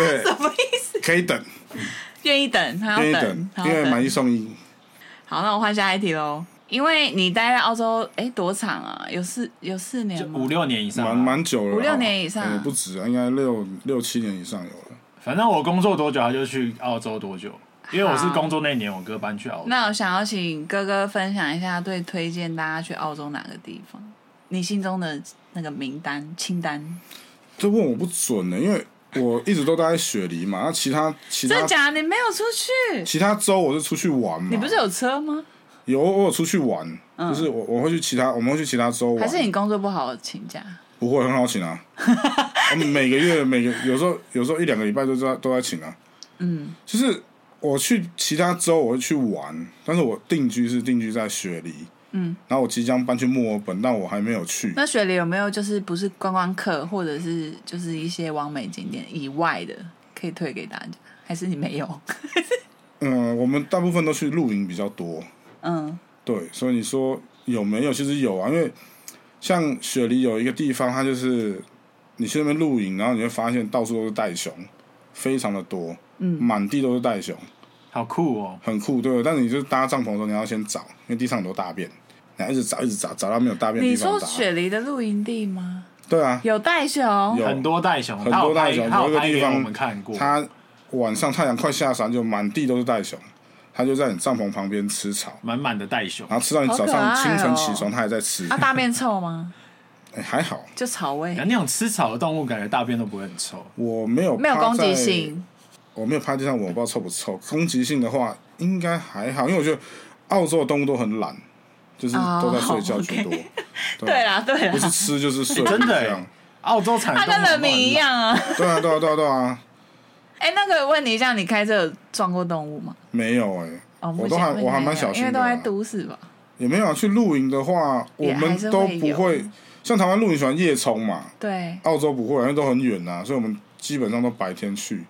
[SPEAKER 5] 什
[SPEAKER 1] 以
[SPEAKER 5] 么意思？
[SPEAKER 1] 可以等，
[SPEAKER 5] 愿意等，他要
[SPEAKER 1] 愿意
[SPEAKER 5] 等
[SPEAKER 1] 等，，
[SPEAKER 5] 他
[SPEAKER 1] 因
[SPEAKER 5] 要
[SPEAKER 1] 为买一送一，
[SPEAKER 5] 好，那我换下一题喽。因为你待在澳洲，哎，多长啊？有四有四年
[SPEAKER 3] 就
[SPEAKER 5] 吗
[SPEAKER 3] 五六年以上
[SPEAKER 1] 蛮
[SPEAKER 3] 啊。
[SPEAKER 1] 蛮久了，
[SPEAKER 5] 五六年以上
[SPEAKER 1] 哎不止啊，应该六六七年以上有了。
[SPEAKER 3] 反正我工作多久，他就去澳洲多久。因为我是工作那年，我哥搬去澳洲。
[SPEAKER 5] 那我想要请哥哥分享一下，对推荐大家去澳洲哪个地方？你心中的那个名单清单，
[SPEAKER 1] 这问我不准欸呢、因为我一直都待在雪梨嘛，那其他其
[SPEAKER 5] 真
[SPEAKER 1] 他
[SPEAKER 5] 的假的？你没有出去？
[SPEAKER 1] 其他州我是出去玩嘛，
[SPEAKER 5] 你不是有车吗？
[SPEAKER 1] 有我有出去玩，就是我我会去其他，我们会去其他州玩，
[SPEAKER 5] 嗯还是你工作不好请假？
[SPEAKER 1] 不会很好请啊。我们每个 月每个有时候有时候一两个礼拜都在都在请啊。嗯，就是我去其他州我会去玩，但是我定居是定居在雪梨。嗯，然后我即将搬去墨尔本，但我还没有去。
[SPEAKER 5] 那雪梨有没有就是不是观光客，或者是就是一些完美景点以外的可以推给大家？还是你没有？
[SPEAKER 1] 嗯，我们大部分都去露营比较多。
[SPEAKER 5] 嗯，
[SPEAKER 1] 对，所以你说有没有？其实有啊，因为像雪梨有一个地方，它就是你去那边露营，然后你会发现到处都是袋熊，非常的多，嗯，满地都是袋熊，
[SPEAKER 3] 好酷哦！
[SPEAKER 1] 很酷，对吧。但是你就是搭帐篷的时候，你要先找，因为地上很多大便，然后一直找，一直找，找到没有大便的
[SPEAKER 5] 你
[SPEAKER 1] 地方
[SPEAKER 5] 说
[SPEAKER 1] 搭。
[SPEAKER 5] 雪梨的露营地吗？
[SPEAKER 1] 对啊，
[SPEAKER 5] 有袋熊？
[SPEAKER 1] 有
[SPEAKER 3] 很多袋熊，
[SPEAKER 1] 很
[SPEAKER 3] 他有
[SPEAKER 1] 多
[SPEAKER 3] 拍
[SPEAKER 1] 袋熊，
[SPEAKER 3] 他
[SPEAKER 1] 有一
[SPEAKER 3] 有
[SPEAKER 1] 个
[SPEAKER 3] 拍
[SPEAKER 1] 地
[SPEAKER 3] 给我
[SPEAKER 1] 方
[SPEAKER 3] 们看过。
[SPEAKER 1] 它晚上太阳快下山，就满地都是袋熊，它就在你帐篷旁边吃草，
[SPEAKER 3] 满满的袋熊，
[SPEAKER 1] 然后吃到你
[SPEAKER 5] 好
[SPEAKER 1] 早
[SPEAKER 5] 可
[SPEAKER 1] 上
[SPEAKER 5] 爱
[SPEAKER 1] 清晨
[SPEAKER 5] 哦
[SPEAKER 1] 起床，它还在吃，
[SPEAKER 5] 啊，大便臭吗？
[SPEAKER 1] 哎还好。
[SPEAKER 5] 就草味，
[SPEAKER 3] 那种吃草的动物，感觉大便都不会很臭。
[SPEAKER 1] 我没有
[SPEAKER 5] 没有
[SPEAKER 1] 趴
[SPEAKER 5] 攻击
[SPEAKER 1] 在
[SPEAKER 5] 性。
[SPEAKER 1] 我没有趴地上，我不知道臭不臭。攻击性的话，应该还好，因为我觉得澳洲的动物都很懒，就是
[SPEAKER 5] 哦
[SPEAKER 1] 都在睡觉居多
[SPEAKER 5] OK 对啦，对 啦
[SPEAKER 1] 不，是吃就是睡，
[SPEAKER 3] 真的
[SPEAKER 1] 这样
[SPEAKER 3] 欸。澳洲产
[SPEAKER 5] 它
[SPEAKER 3] 的动
[SPEAKER 5] 跟
[SPEAKER 3] 物
[SPEAKER 5] 人民一样啊。
[SPEAKER 1] 对啊，对啊，对啊，对啊，
[SPEAKER 5] 哎、那个问你一下，你开车有撞过动物吗？
[SPEAKER 1] 没有哎、
[SPEAKER 5] 哦，目
[SPEAKER 1] 我都
[SPEAKER 5] 前
[SPEAKER 1] 还
[SPEAKER 5] 为止
[SPEAKER 1] 我还
[SPEAKER 5] 没
[SPEAKER 1] 蛮
[SPEAKER 5] 有
[SPEAKER 1] 小心
[SPEAKER 5] 因
[SPEAKER 1] 的啊
[SPEAKER 5] 为都在都市吧。
[SPEAKER 1] 也没有啊去露营的话，我
[SPEAKER 5] 也还
[SPEAKER 1] 们
[SPEAKER 5] 是
[SPEAKER 1] 都
[SPEAKER 5] 会
[SPEAKER 1] 不
[SPEAKER 5] 有
[SPEAKER 1] 会像台湾露营喜欢夜冲嘛，
[SPEAKER 5] 对，
[SPEAKER 1] 澳洲不会，因为都很远呐、啊，所以我们基本上都白天去。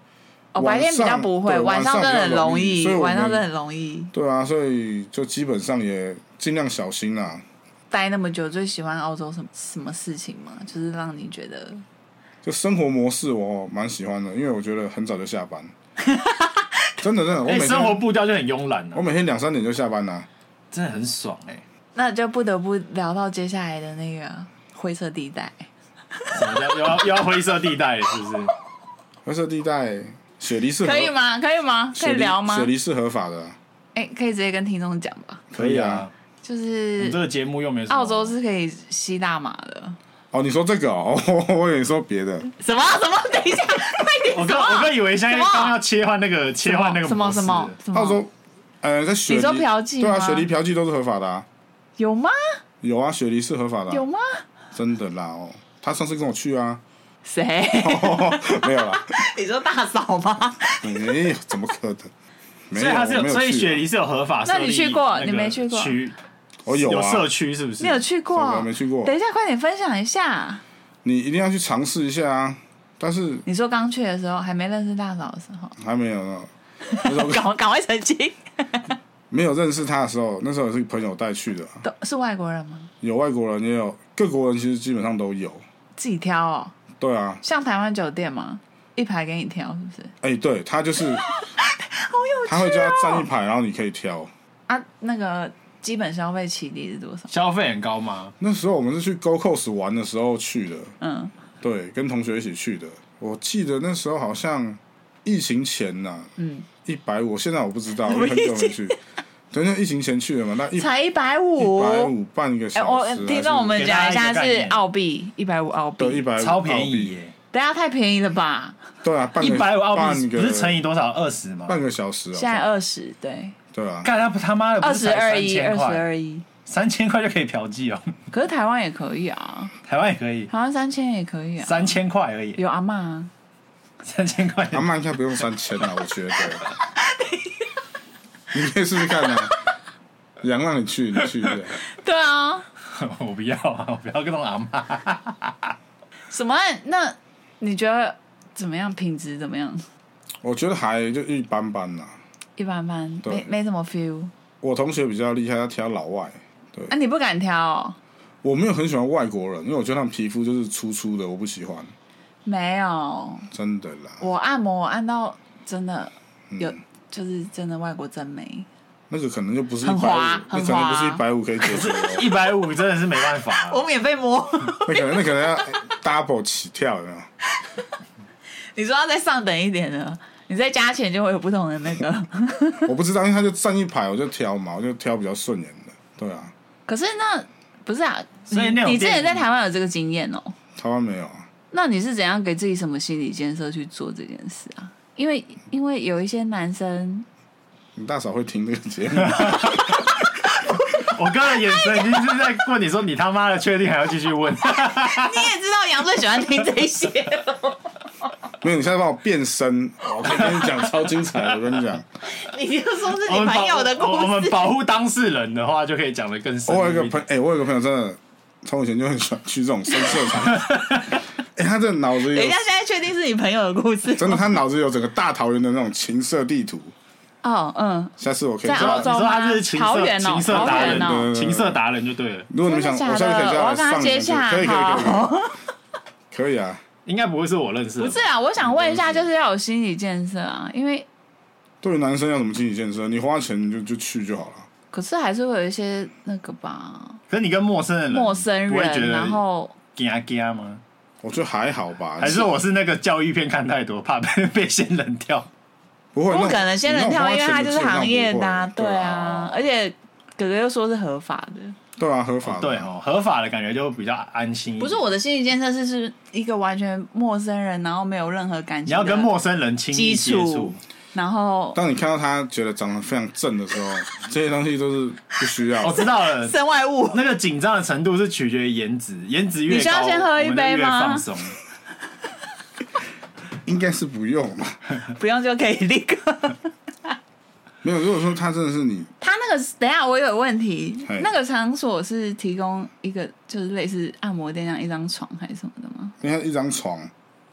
[SPEAKER 5] 哦，
[SPEAKER 1] 晚
[SPEAKER 5] 白天比较
[SPEAKER 1] 上
[SPEAKER 5] 不会，
[SPEAKER 1] 对
[SPEAKER 5] 晚上
[SPEAKER 1] 晚上
[SPEAKER 5] 真的
[SPEAKER 1] 比较
[SPEAKER 5] 很
[SPEAKER 1] 容
[SPEAKER 5] 容
[SPEAKER 1] 易
[SPEAKER 5] 易
[SPEAKER 1] 所以，我
[SPEAKER 5] 晚上
[SPEAKER 1] 们
[SPEAKER 5] 真的很容易。
[SPEAKER 1] 对啊，所以就基本上也尽量小心啊啦、
[SPEAKER 5] 待那么久，最喜欢澳洲什么什么事情吗？就是让你觉得
[SPEAKER 1] 就生活模式我蛮喜欢的，因为我觉得很早就下班，真的真的，我
[SPEAKER 3] 哎、
[SPEAKER 1] 每天、
[SPEAKER 3] 生活步调就很慵懒了、啊
[SPEAKER 1] 我每天两三点就下班啦、
[SPEAKER 3] 真的很爽哎、
[SPEAKER 5] 那就不得不聊到接下来的那个啊灰色地带。
[SPEAKER 3] 什么叫又要又要灰色地带了是不是？
[SPEAKER 1] 灰色地带，雪梨是合
[SPEAKER 5] 可以？吗？可以吗？可
[SPEAKER 1] 雪
[SPEAKER 5] 以
[SPEAKER 1] 梨
[SPEAKER 5] 聊吗
[SPEAKER 1] 雪？梨是合法的啊，
[SPEAKER 5] 哎、可以直接跟听众讲吧。
[SPEAKER 1] 可以啊。
[SPEAKER 5] 就
[SPEAKER 3] 我
[SPEAKER 5] 是
[SPEAKER 3] 们这个节目又没什么
[SPEAKER 5] 澳洲是可以吸大麻的。
[SPEAKER 1] 哦，你说这个哦， 我以为你说别的，
[SPEAKER 5] 什么什么？等一下，
[SPEAKER 3] 我哥我哥以为现在
[SPEAKER 5] 啊什么
[SPEAKER 3] 刚要切换那个 切换那个
[SPEAKER 5] 什么
[SPEAKER 3] 模式
[SPEAKER 5] 什么什么？
[SPEAKER 1] 澳洲，呃，在雪梨
[SPEAKER 5] 你说嫖妓
[SPEAKER 1] 对啊，
[SPEAKER 5] 吗
[SPEAKER 1] 雪梨嫖妓都是合法的啊，
[SPEAKER 5] 有吗？
[SPEAKER 1] 有啊，雪梨是合法的啊、
[SPEAKER 5] 有吗？
[SPEAKER 1] 真的啦哦，他上次跟我去啊，
[SPEAKER 5] 谁？
[SPEAKER 1] 没有啦，
[SPEAKER 5] 你说大嫂 吗？
[SPEAKER 1] 没有，怎么可能？没
[SPEAKER 3] 所以它是
[SPEAKER 1] 我没有去啊
[SPEAKER 3] 所以雪梨是有合法设立
[SPEAKER 5] 那你去过
[SPEAKER 3] 个
[SPEAKER 5] 你没去过
[SPEAKER 3] 区
[SPEAKER 1] 我有
[SPEAKER 3] 有
[SPEAKER 1] 啊，
[SPEAKER 3] 社区是不是？
[SPEAKER 5] 你有去
[SPEAKER 1] 什
[SPEAKER 5] 过？
[SPEAKER 1] 么没去过
[SPEAKER 5] 等一下，快点分享一下。
[SPEAKER 1] 你一定要去尝试一下啊，但是
[SPEAKER 5] 你说刚去的时候，还没认识大嫂的时 候，
[SPEAKER 1] 还没有呢。那时候
[SPEAKER 5] 赶赶快澄清，
[SPEAKER 1] 没有认识他的时候，那时候也是朋友带去的啊，
[SPEAKER 5] 都是外国人吗？
[SPEAKER 1] 有外国人也有各国人，其实基本上都有。
[SPEAKER 5] 自己挑哦，
[SPEAKER 1] 对啊，
[SPEAKER 5] 像台湾酒店嘛，一排给你挑，是不是？
[SPEAKER 1] 哎、对他就是，
[SPEAKER 5] 哦
[SPEAKER 1] 他会叫他站一排，然后你可以挑。
[SPEAKER 5] 啊，那个基本消费起底是多少？
[SPEAKER 3] 消费很高吗？
[SPEAKER 1] 那时候我们是去 Go Coast 玩的时候去的，
[SPEAKER 5] 嗯，
[SPEAKER 1] 对，跟同学一起去的。我记得那时候好像疫情前呐、
[SPEAKER 5] 嗯，
[SPEAKER 1] 一百五，现在我不知 道，因为很久没去。对，那疫情前去的嘛，那一
[SPEAKER 5] 才一百
[SPEAKER 1] 一
[SPEAKER 5] 五。
[SPEAKER 1] 百五半个
[SPEAKER 5] 哎、
[SPEAKER 1] 小
[SPEAKER 5] 我
[SPEAKER 1] 时，
[SPEAKER 5] 听众我们讲一下
[SPEAKER 3] 给大家一个概
[SPEAKER 5] 是
[SPEAKER 3] 念
[SPEAKER 5] 澳币，一百五澳
[SPEAKER 1] 对
[SPEAKER 5] 币
[SPEAKER 1] 一，百
[SPEAKER 3] 超便宜耶、
[SPEAKER 5] 等一下太便宜了吧？
[SPEAKER 1] 对啊，半
[SPEAKER 3] 一
[SPEAKER 1] 个
[SPEAKER 3] 百五澳币
[SPEAKER 1] 半
[SPEAKER 3] 不
[SPEAKER 1] 个
[SPEAKER 3] 是乘以多少二十吗？
[SPEAKER 1] 半个小时啊，
[SPEAKER 5] 现在二十，对，
[SPEAKER 1] 对啊，
[SPEAKER 3] 干他他妈的
[SPEAKER 5] 二
[SPEAKER 3] 不是
[SPEAKER 5] 十
[SPEAKER 3] 才
[SPEAKER 5] 二一，二十
[SPEAKER 3] 3000块
[SPEAKER 5] 二一。
[SPEAKER 3] 三千块就可以嫖妓哦，
[SPEAKER 5] 可是台湾也可以啊，
[SPEAKER 3] 台湾也可以，
[SPEAKER 5] 台湾三千也可以啊，
[SPEAKER 3] 三千块而已，
[SPEAKER 5] 有阿嬷啊，
[SPEAKER 3] 三千块。
[SPEAKER 1] 阿曼应该不用三千 啊，我觉得。你可以试试看啊，杨让你去，你去一下。
[SPEAKER 5] 对啊，
[SPEAKER 3] 我不要啊，我不要跟那种阿妈。
[SPEAKER 5] 什么案？那你觉得怎么样？品质怎么样？
[SPEAKER 1] 我觉得还就一般般啦。
[SPEAKER 5] 一般般，
[SPEAKER 1] 对
[SPEAKER 5] 没没什么 feel。
[SPEAKER 1] 我同学比较厉害，他挑老外，
[SPEAKER 5] 啊，你不敢挑、哦？
[SPEAKER 1] 我没有很喜欢外国人，因为我觉得他们皮肤就是粗粗的，我不喜欢，
[SPEAKER 5] 没有，
[SPEAKER 1] 真的啦。
[SPEAKER 5] 我按摩我按到真的有，
[SPEAKER 1] 嗯
[SPEAKER 5] 就是真的外国真美。
[SPEAKER 1] 那个可能就不是一百
[SPEAKER 5] 很滑
[SPEAKER 1] 五，那
[SPEAKER 5] 很
[SPEAKER 1] 可能不是
[SPEAKER 5] 滑
[SPEAKER 1] 一百五可以解决的哦。
[SPEAKER 3] 一百五真的是没办法、啊
[SPEAKER 5] 我免费摸，
[SPEAKER 1] 那可能那可能要 double 起跳，有没有？
[SPEAKER 5] 你说要再上等一点的，你再加钱就会有不同的那个。
[SPEAKER 1] 我不知道，因为他就站一排，我就挑嘛，我就挑比较顺眼的。对啊，
[SPEAKER 5] 可是那不是啊？
[SPEAKER 3] 所以那种
[SPEAKER 5] 你你之前
[SPEAKER 3] 店
[SPEAKER 5] 在台湾有这个经验哦、
[SPEAKER 1] 台湾没有啊。
[SPEAKER 5] 那你是怎样给自己什么心理建设去做这件事啊？因为因为有一些男生，
[SPEAKER 1] 你大嫂会听这个节目，
[SPEAKER 3] 我刚才眼
[SPEAKER 5] 哎
[SPEAKER 3] 神已经是在问你说你他妈的确定还要继续问？
[SPEAKER 5] 你也知道杨最喜欢听这些，
[SPEAKER 1] 没有，你现在帮我变身，我可以跟你讲超精彩的，我跟你 讲。
[SPEAKER 5] 你就说是
[SPEAKER 3] 我
[SPEAKER 5] 你
[SPEAKER 3] 们
[SPEAKER 5] 朋友的
[SPEAKER 3] 保
[SPEAKER 5] 故
[SPEAKER 3] 我我们
[SPEAKER 5] 事。
[SPEAKER 3] 保护当事人的话，就可以讲的更深入
[SPEAKER 1] 我有一个
[SPEAKER 3] 一
[SPEAKER 1] 朋，
[SPEAKER 3] 点。
[SPEAKER 1] 哎、我有一个朋友真的从以前就很喜欢去这种深色场。 哎、他这脑子
[SPEAKER 5] 等一
[SPEAKER 1] 有
[SPEAKER 5] 下，现在确定是你朋友的故事吗。
[SPEAKER 1] 真的，他脑子有整个大桃园的那种情色地图。
[SPEAKER 5] 哦，嗯，
[SPEAKER 1] 下次我可以
[SPEAKER 5] 在
[SPEAKER 1] 叫
[SPEAKER 5] 澳
[SPEAKER 1] 他
[SPEAKER 5] 洲
[SPEAKER 3] 你说他
[SPEAKER 5] 吗
[SPEAKER 3] 是情
[SPEAKER 5] 桃
[SPEAKER 3] 色
[SPEAKER 5] 园哦
[SPEAKER 3] 情色达人
[SPEAKER 5] 桃
[SPEAKER 1] 园哦
[SPEAKER 3] 情色达人就对了，
[SPEAKER 1] 如果你们想，
[SPEAKER 5] 真的
[SPEAKER 1] 我下
[SPEAKER 5] 假
[SPEAKER 1] 次
[SPEAKER 5] 的
[SPEAKER 1] 可以叫他
[SPEAKER 5] 我要跟他
[SPEAKER 1] 上你
[SPEAKER 5] 接
[SPEAKER 1] 们去
[SPEAKER 5] 洽
[SPEAKER 1] 可以可以可以可以
[SPEAKER 5] 好，
[SPEAKER 1] 可以啊。
[SPEAKER 3] 应该不会是我认识的。
[SPEAKER 5] 不是啊，我想问一下，就是要有心理建设啊，因为
[SPEAKER 1] 对于男生要怎么心理建设？你花钱就就去就好了。
[SPEAKER 5] 可是还是会有一些那个吧，
[SPEAKER 3] 可是你跟陌生
[SPEAKER 1] 嗯
[SPEAKER 3] 人，
[SPEAKER 5] 陌生
[SPEAKER 3] 不会觉
[SPEAKER 5] 人，
[SPEAKER 3] 得
[SPEAKER 5] 然后
[SPEAKER 3] 嘎嘎啊吗？
[SPEAKER 1] 我觉得还好吧，
[SPEAKER 3] 还是我是那个教育片看太多，怕被 被先冷掉。
[SPEAKER 1] 不会
[SPEAKER 5] 不
[SPEAKER 1] 那
[SPEAKER 5] 可能仙人跳，因为他就是行业的、啊，对
[SPEAKER 1] 对，
[SPEAKER 5] 啊，而且哥哥又说是合法的。
[SPEAKER 1] 对啊，合法的
[SPEAKER 3] 对，哦，合法的感觉就比较安心一点。
[SPEAKER 5] 不是我的心理建设是是一个完全陌生人，然后没有任何感情，
[SPEAKER 3] 你要跟，陌生人亲密
[SPEAKER 5] 基
[SPEAKER 3] 接
[SPEAKER 5] 础
[SPEAKER 3] 触，
[SPEAKER 5] 然后
[SPEAKER 1] 当你看到他觉得长得非常正的时候， 这些东西都是不需要
[SPEAKER 3] 我、
[SPEAKER 1] 的。
[SPEAKER 3] 哦知道了。
[SPEAKER 5] 身外物。
[SPEAKER 3] 那个紧张的程度是取决于颜值，颜值越高，
[SPEAKER 5] 你需要先喝一
[SPEAKER 3] 我们就
[SPEAKER 5] 杯
[SPEAKER 3] 越
[SPEAKER 5] 吗
[SPEAKER 3] 放松，
[SPEAKER 1] 应该是不用吧？
[SPEAKER 5] 不用就可以立刻。
[SPEAKER 1] 没有，如果说他真的是你，
[SPEAKER 5] 他那个等一下我有问题
[SPEAKER 1] 嗨，
[SPEAKER 5] 那个场所是提供一个就是类似按摩店那样一张床还是什么的吗？
[SPEAKER 1] 你看一张床，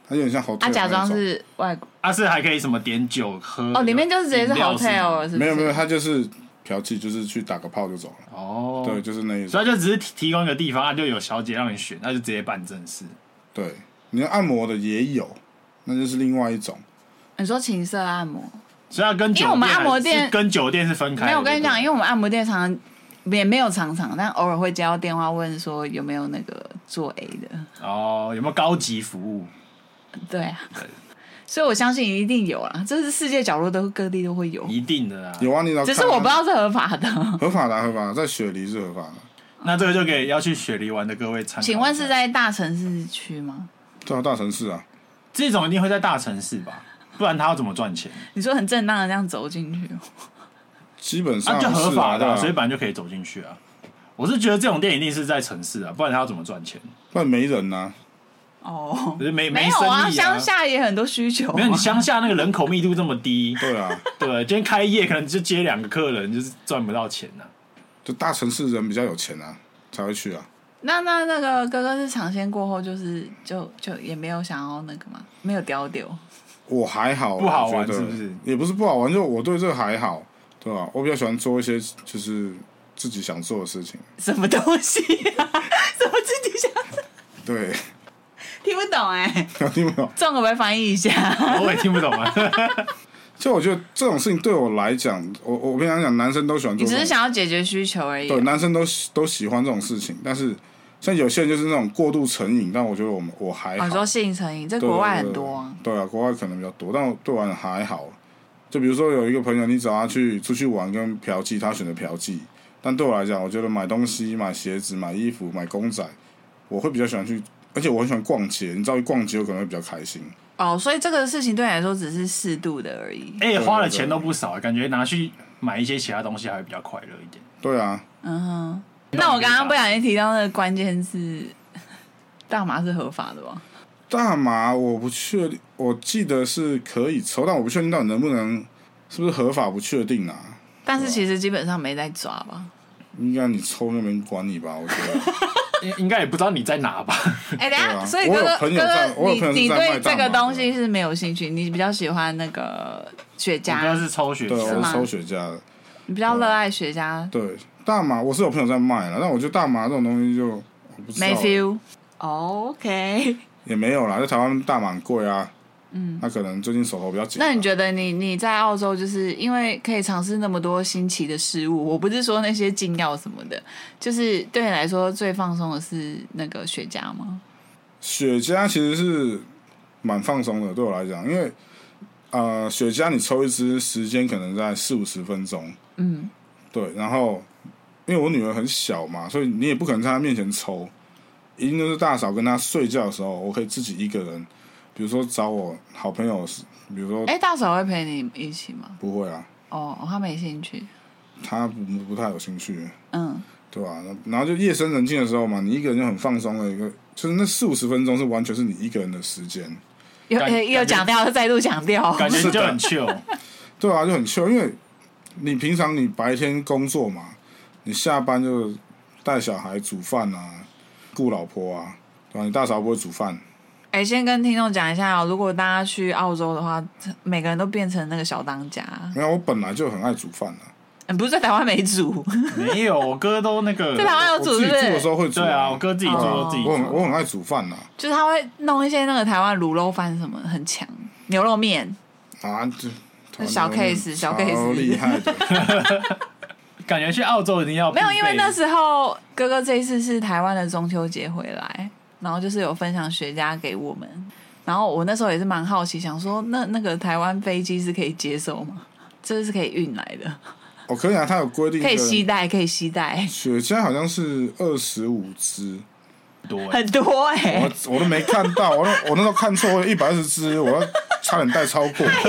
[SPEAKER 1] 他有点像 hotel
[SPEAKER 5] 他啊假装
[SPEAKER 1] 那种
[SPEAKER 5] 是外国
[SPEAKER 3] 啊是还可以什么点酒喝
[SPEAKER 5] 哦，里面就是直接是
[SPEAKER 3] 饮料吗
[SPEAKER 5] hotel 哦是不是
[SPEAKER 1] 没有没有，他就是嫖妓，就是去打个炮就走了。
[SPEAKER 3] 哦，
[SPEAKER 1] 对，，就是那一种。
[SPEAKER 3] 所以它就只是提提供一个地方，啊就有小姐让你选，那就直接办正事。
[SPEAKER 1] 对，你要按摩的也有，那就是另外一种。
[SPEAKER 5] 你说情色按摩？
[SPEAKER 3] 所以要跟酒
[SPEAKER 5] 因为我们按摩店
[SPEAKER 3] 还是跟酒店是分开的。
[SPEAKER 5] 没有，我跟你讲，因
[SPEAKER 3] 对
[SPEAKER 5] 为我们按摩店常常也没有常常，但偶尔会接到电话问说有没有那个做 A 的。
[SPEAKER 3] 不对哦，有没有高级服务？
[SPEAKER 5] 对啊，所以我相信一定有啦，这是世界角落都各地都会有，
[SPEAKER 3] 一定的啦。
[SPEAKER 1] 有啊，你只要
[SPEAKER 5] 只是
[SPEAKER 1] 看
[SPEAKER 5] 我
[SPEAKER 1] 啊
[SPEAKER 5] 不知道是合法的。
[SPEAKER 1] 合法的啊、合法的，在雪梨是合法的。
[SPEAKER 3] 那这个就给要去雪梨玩的各位参考一下。
[SPEAKER 5] 请问是在大城市区吗？
[SPEAKER 1] 对啊，大城市啊，
[SPEAKER 3] 这种一定会在大城市吧？不然他要怎么赚钱？
[SPEAKER 5] 你说很正当的这样走进去，
[SPEAKER 1] 基本上
[SPEAKER 3] 啊，
[SPEAKER 1] 是
[SPEAKER 3] 就
[SPEAKER 1] 啊、
[SPEAKER 3] 合法的
[SPEAKER 1] 对
[SPEAKER 3] 啊、
[SPEAKER 1] 啊
[SPEAKER 3] 所以本来就可以走进去啊。我是觉得这种店一定是在城市啊，不然他要怎么赚钱？
[SPEAKER 1] 不然没人呐、啊
[SPEAKER 5] 哦
[SPEAKER 3] 可，是没
[SPEAKER 5] 没有
[SPEAKER 3] 生意
[SPEAKER 5] 啊，乡下也很多需求啊、
[SPEAKER 3] 没有你乡下那个人口密度这么低，
[SPEAKER 1] 对啊，
[SPEAKER 3] 对，今天开业可能就接两个客人，就是赚不到钱啊 呐、
[SPEAKER 1] 就大城市人比较有钱啊，才会去啊。
[SPEAKER 5] 那那那个哥哥是尝鲜过后，就是就就也没有想要那个嘛，没有丢丢。
[SPEAKER 1] 我还好，啊
[SPEAKER 3] 不好
[SPEAKER 1] 我觉
[SPEAKER 3] 玩
[SPEAKER 1] 得
[SPEAKER 3] 是不是
[SPEAKER 1] 也不是不好玩，就我对这个还好，对吧、我比较喜欢做一些就是自己想做的事情。
[SPEAKER 5] 什么东西、啊？ 什么自己想？
[SPEAKER 1] 对，
[SPEAKER 5] 听不懂哎、
[SPEAKER 1] 听没有？
[SPEAKER 5] 仲可不可以翻译一下？
[SPEAKER 3] 我也听不懂 啊。
[SPEAKER 1] 就我觉得这种事情对我来讲，我我平常讲，男生都喜欢
[SPEAKER 5] 你
[SPEAKER 1] 做这
[SPEAKER 5] 只
[SPEAKER 1] 种，
[SPEAKER 5] 是想要解决需求而已啊、
[SPEAKER 1] 对，男生都喜都喜欢这种事情，但是像有些人就是那种过度成瘾，但我觉得我们我还
[SPEAKER 5] 哦，
[SPEAKER 1] 好。
[SPEAKER 5] 你说性成瘾，在
[SPEAKER 1] 对
[SPEAKER 5] 国外很多啊。
[SPEAKER 1] 对啊，国外可能比较多，但我对我来讲还好。就比如说有一个朋友，你找他去出去玩跟嫖妓，他选择嫖妓，但对我来讲，我觉得买东西、买鞋子、买衣服、买公仔，我会比较喜欢去，而且我很喜欢逛街。你知道，逛街我可能会比较开心。
[SPEAKER 5] 哦，所以这个事情对你来说只是适度的而已。
[SPEAKER 3] 哎、花了钱都不少，感觉拿去买一些其他东西还会比较快乐一点。
[SPEAKER 1] 对啊，
[SPEAKER 5] 嗯哼。那我刚刚不小心提到那个关键是，大麻是合法的吧？
[SPEAKER 1] 大麻我不确定，我记得是可以抽，但我不确定到底能不能是不是合法，不确定啊。
[SPEAKER 5] 但是其实基本上没在抓吧。
[SPEAKER 1] 应该你抽那边管你吧，我觉得。
[SPEAKER 3] 应应该也不知道你在哪 吧？
[SPEAKER 5] 哎，等一
[SPEAKER 1] 对
[SPEAKER 5] 下，
[SPEAKER 1] 啊
[SPEAKER 5] 所以
[SPEAKER 1] 我
[SPEAKER 5] 哥
[SPEAKER 1] 有
[SPEAKER 5] 哥
[SPEAKER 1] 朋友在
[SPEAKER 5] 哥
[SPEAKER 1] 我
[SPEAKER 5] 哥，
[SPEAKER 1] 有
[SPEAKER 5] 你
[SPEAKER 1] 朋友是
[SPEAKER 5] 你
[SPEAKER 1] 在
[SPEAKER 5] 对
[SPEAKER 1] 卖
[SPEAKER 5] 这
[SPEAKER 1] 大麻
[SPEAKER 5] 个
[SPEAKER 1] 的
[SPEAKER 5] 东西是没有兴趣，你比较喜欢那个雪
[SPEAKER 3] 我哥
[SPEAKER 5] 茄，
[SPEAKER 3] 是抽雪
[SPEAKER 1] 对，啊我
[SPEAKER 3] 茄，
[SPEAKER 1] 是
[SPEAKER 5] 吗
[SPEAKER 1] 抽雪茄的。
[SPEAKER 5] 你比较热爱雪茄，
[SPEAKER 1] 对，大麻我是有朋友在卖了，但我觉得大麻这种东西就我不知道
[SPEAKER 5] 没 feel。哦 OK，
[SPEAKER 1] 也没有啦，在台湾大麻很贵啊。嗯，那可能最近手头比较紧啊。
[SPEAKER 5] 那你觉得你你在澳洲，就是因为可以尝试那么多新奇的事物，我不是说那些禁药什么的，就是对你来说最放松的是那个雪茄吗？
[SPEAKER 1] 雪茄其实是蛮放松的，对我来讲，因为呃，雪茄你抽一支时间可能在四五十分钟，
[SPEAKER 5] 嗯，
[SPEAKER 1] 对，然后因为我女儿很小嘛，所以你也不可能在她面前抽，一定都是大嫂跟她睡觉的时候，我可以自己一个人，比如说找我好朋友，比如说、
[SPEAKER 5] 哎，大嫂会陪你一起吗？
[SPEAKER 1] 不会啊，
[SPEAKER 5] 哦，哦他没兴趣。
[SPEAKER 1] 她不不太有兴趣，
[SPEAKER 5] 嗯，
[SPEAKER 1] 对吧、然后就夜深人静的时候嘛，你一个人就很放松的一个，就是那四五十分钟是完全是你一个人的时间，
[SPEAKER 5] 又
[SPEAKER 3] 感
[SPEAKER 5] 又又讲掉，又再度讲掉。
[SPEAKER 3] 感觉
[SPEAKER 1] 是
[SPEAKER 3] 你就
[SPEAKER 1] 的
[SPEAKER 3] 很 chill。
[SPEAKER 1] 对啊，就很糗，因为你平常你白天工作嘛，你下班就带小孩、煮饭啊，顾老婆啊，对吧、你大嫂不会煮饭，
[SPEAKER 5] 哎，先跟听众讲一下哦，如果大家去澳洲的话，每个人都变成那个小当家。
[SPEAKER 1] 没有，我本来就很爱煮饭啊的、
[SPEAKER 5] 嗯，不是在台湾没煮，
[SPEAKER 3] 没有，我哥都那个
[SPEAKER 5] 在台湾有
[SPEAKER 1] 我自
[SPEAKER 5] 煮
[SPEAKER 1] 己
[SPEAKER 5] 是
[SPEAKER 1] 住
[SPEAKER 5] 不
[SPEAKER 1] 的时
[SPEAKER 5] 是？
[SPEAKER 1] 候会煮、
[SPEAKER 3] 对啊，我哥自己做自己
[SPEAKER 1] 我
[SPEAKER 3] 做
[SPEAKER 5] 哦
[SPEAKER 1] 很我很爱煮饭呐、啊
[SPEAKER 5] 就是他会弄一些那个台湾卤肉饭什么的很强，牛肉面。
[SPEAKER 1] 啊，啊这
[SPEAKER 5] 那小 case，小 case
[SPEAKER 1] 超厉害的，
[SPEAKER 3] 感觉去澳洲一定要
[SPEAKER 5] 没有，因为
[SPEAKER 3] 必备
[SPEAKER 5] 那时候哥哥这一次是台湾的中秋节回来，然后就是有分享雪茄给我们，然后我那时候也是蛮好奇，想说那那个台湾飞机是可以接受吗？这是可以运来的，
[SPEAKER 1] 我可以啊，他有规定一个
[SPEAKER 5] 可以
[SPEAKER 1] 人，
[SPEAKER 5] 携带，可以携带，
[SPEAKER 1] 雪茄好像是二十五支，
[SPEAKER 3] 多欸
[SPEAKER 5] 很多哎、
[SPEAKER 1] 我
[SPEAKER 5] 欸，
[SPEAKER 1] 我都没看到，我都我那时候看错，一百二十支，我要差点带超 过，
[SPEAKER 5] 哎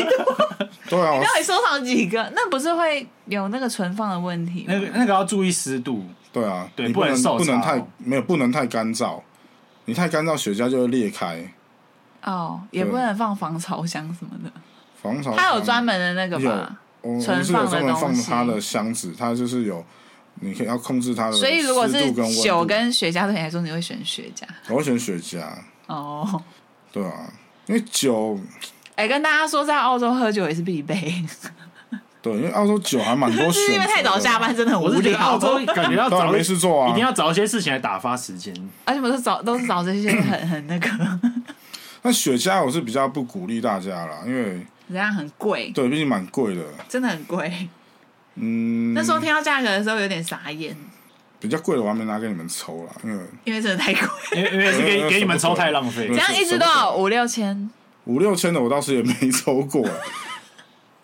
[SPEAKER 1] 对啊，我
[SPEAKER 5] 到底收藏几个？那不是会有那个存放的问题吗
[SPEAKER 3] 那？个那个要注意湿度，
[SPEAKER 1] 对啊，
[SPEAKER 3] 对
[SPEAKER 1] 你
[SPEAKER 3] 不
[SPEAKER 1] 不
[SPEAKER 3] 能受
[SPEAKER 1] 不能
[SPEAKER 3] 潮
[SPEAKER 1] 太没有不能太干燥，你太干燥雪茄就会裂开。
[SPEAKER 5] 哦，也
[SPEAKER 1] 对
[SPEAKER 5] 不能放防潮箱什么的，
[SPEAKER 1] 防潮
[SPEAKER 5] 它有
[SPEAKER 1] 箱
[SPEAKER 5] 专门的那个
[SPEAKER 1] 有
[SPEAKER 5] 吧？
[SPEAKER 1] 我我
[SPEAKER 5] 存
[SPEAKER 1] 们是有
[SPEAKER 5] 放的
[SPEAKER 1] 专门放
[SPEAKER 5] 东西
[SPEAKER 1] 它的箱子，它就是有你可以要控制它的
[SPEAKER 5] 所以如果是
[SPEAKER 1] 湿度跟温
[SPEAKER 5] 酒
[SPEAKER 1] 度
[SPEAKER 5] 跟雪茄对你来说，你会选雪茄
[SPEAKER 1] 我会选雪茄，
[SPEAKER 5] 哦。
[SPEAKER 1] 对啊，因为酒
[SPEAKER 5] 哎、跟大家说，在澳洲喝酒也是必备，
[SPEAKER 1] 对，因为澳洲酒还蛮多选
[SPEAKER 5] 是
[SPEAKER 1] 择
[SPEAKER 5] 因为太早
[SPEAKER 1] 的
[SPEAKER 5] 下，班真的很无
[SPEAKER 3] 我是觉得
[SPEAKER 5] 聊。
[SPEAKER 3] 澳洲感觉 要
[SPEAKER 1] 当然
[SPEAKER 3] 找
[SPEAKER 1] 没事做啊，
[SPEAKER 3] 一定要找一些事情来打发时间。
[SPEAKER 5] 而且我是找都是找这些很 很那个，
[SPEAKER 1] 那雪茄我是比较不鼓励大家啦，因为
[SPEAKER 5] 人家很贵，
[SPEAKER 1] 对，毕竟蛮贵的，
[SPEAKER 5] 真的很贵。
[SPEAKER 1] 嗯，
[SPEAKER 5] 那时候听到价格的时候有点傻眼，
[SPEAKER 1] 比较贵的我还没拿给你们抽啦，因为
[SPEAKER 5] 因为真的太贵，
[SPEAKER 3] 因为因为是
[SPEAKER 1] 呃
[SPEAKER 3] 给给你们抽太浪费
[SPEAKER 5] 这
[SPEAKER 1] 对。
[SPEAKER 5] 样一支多少五六千？
[SPEAKER 1] 五六千的我倒是也没抽过啊，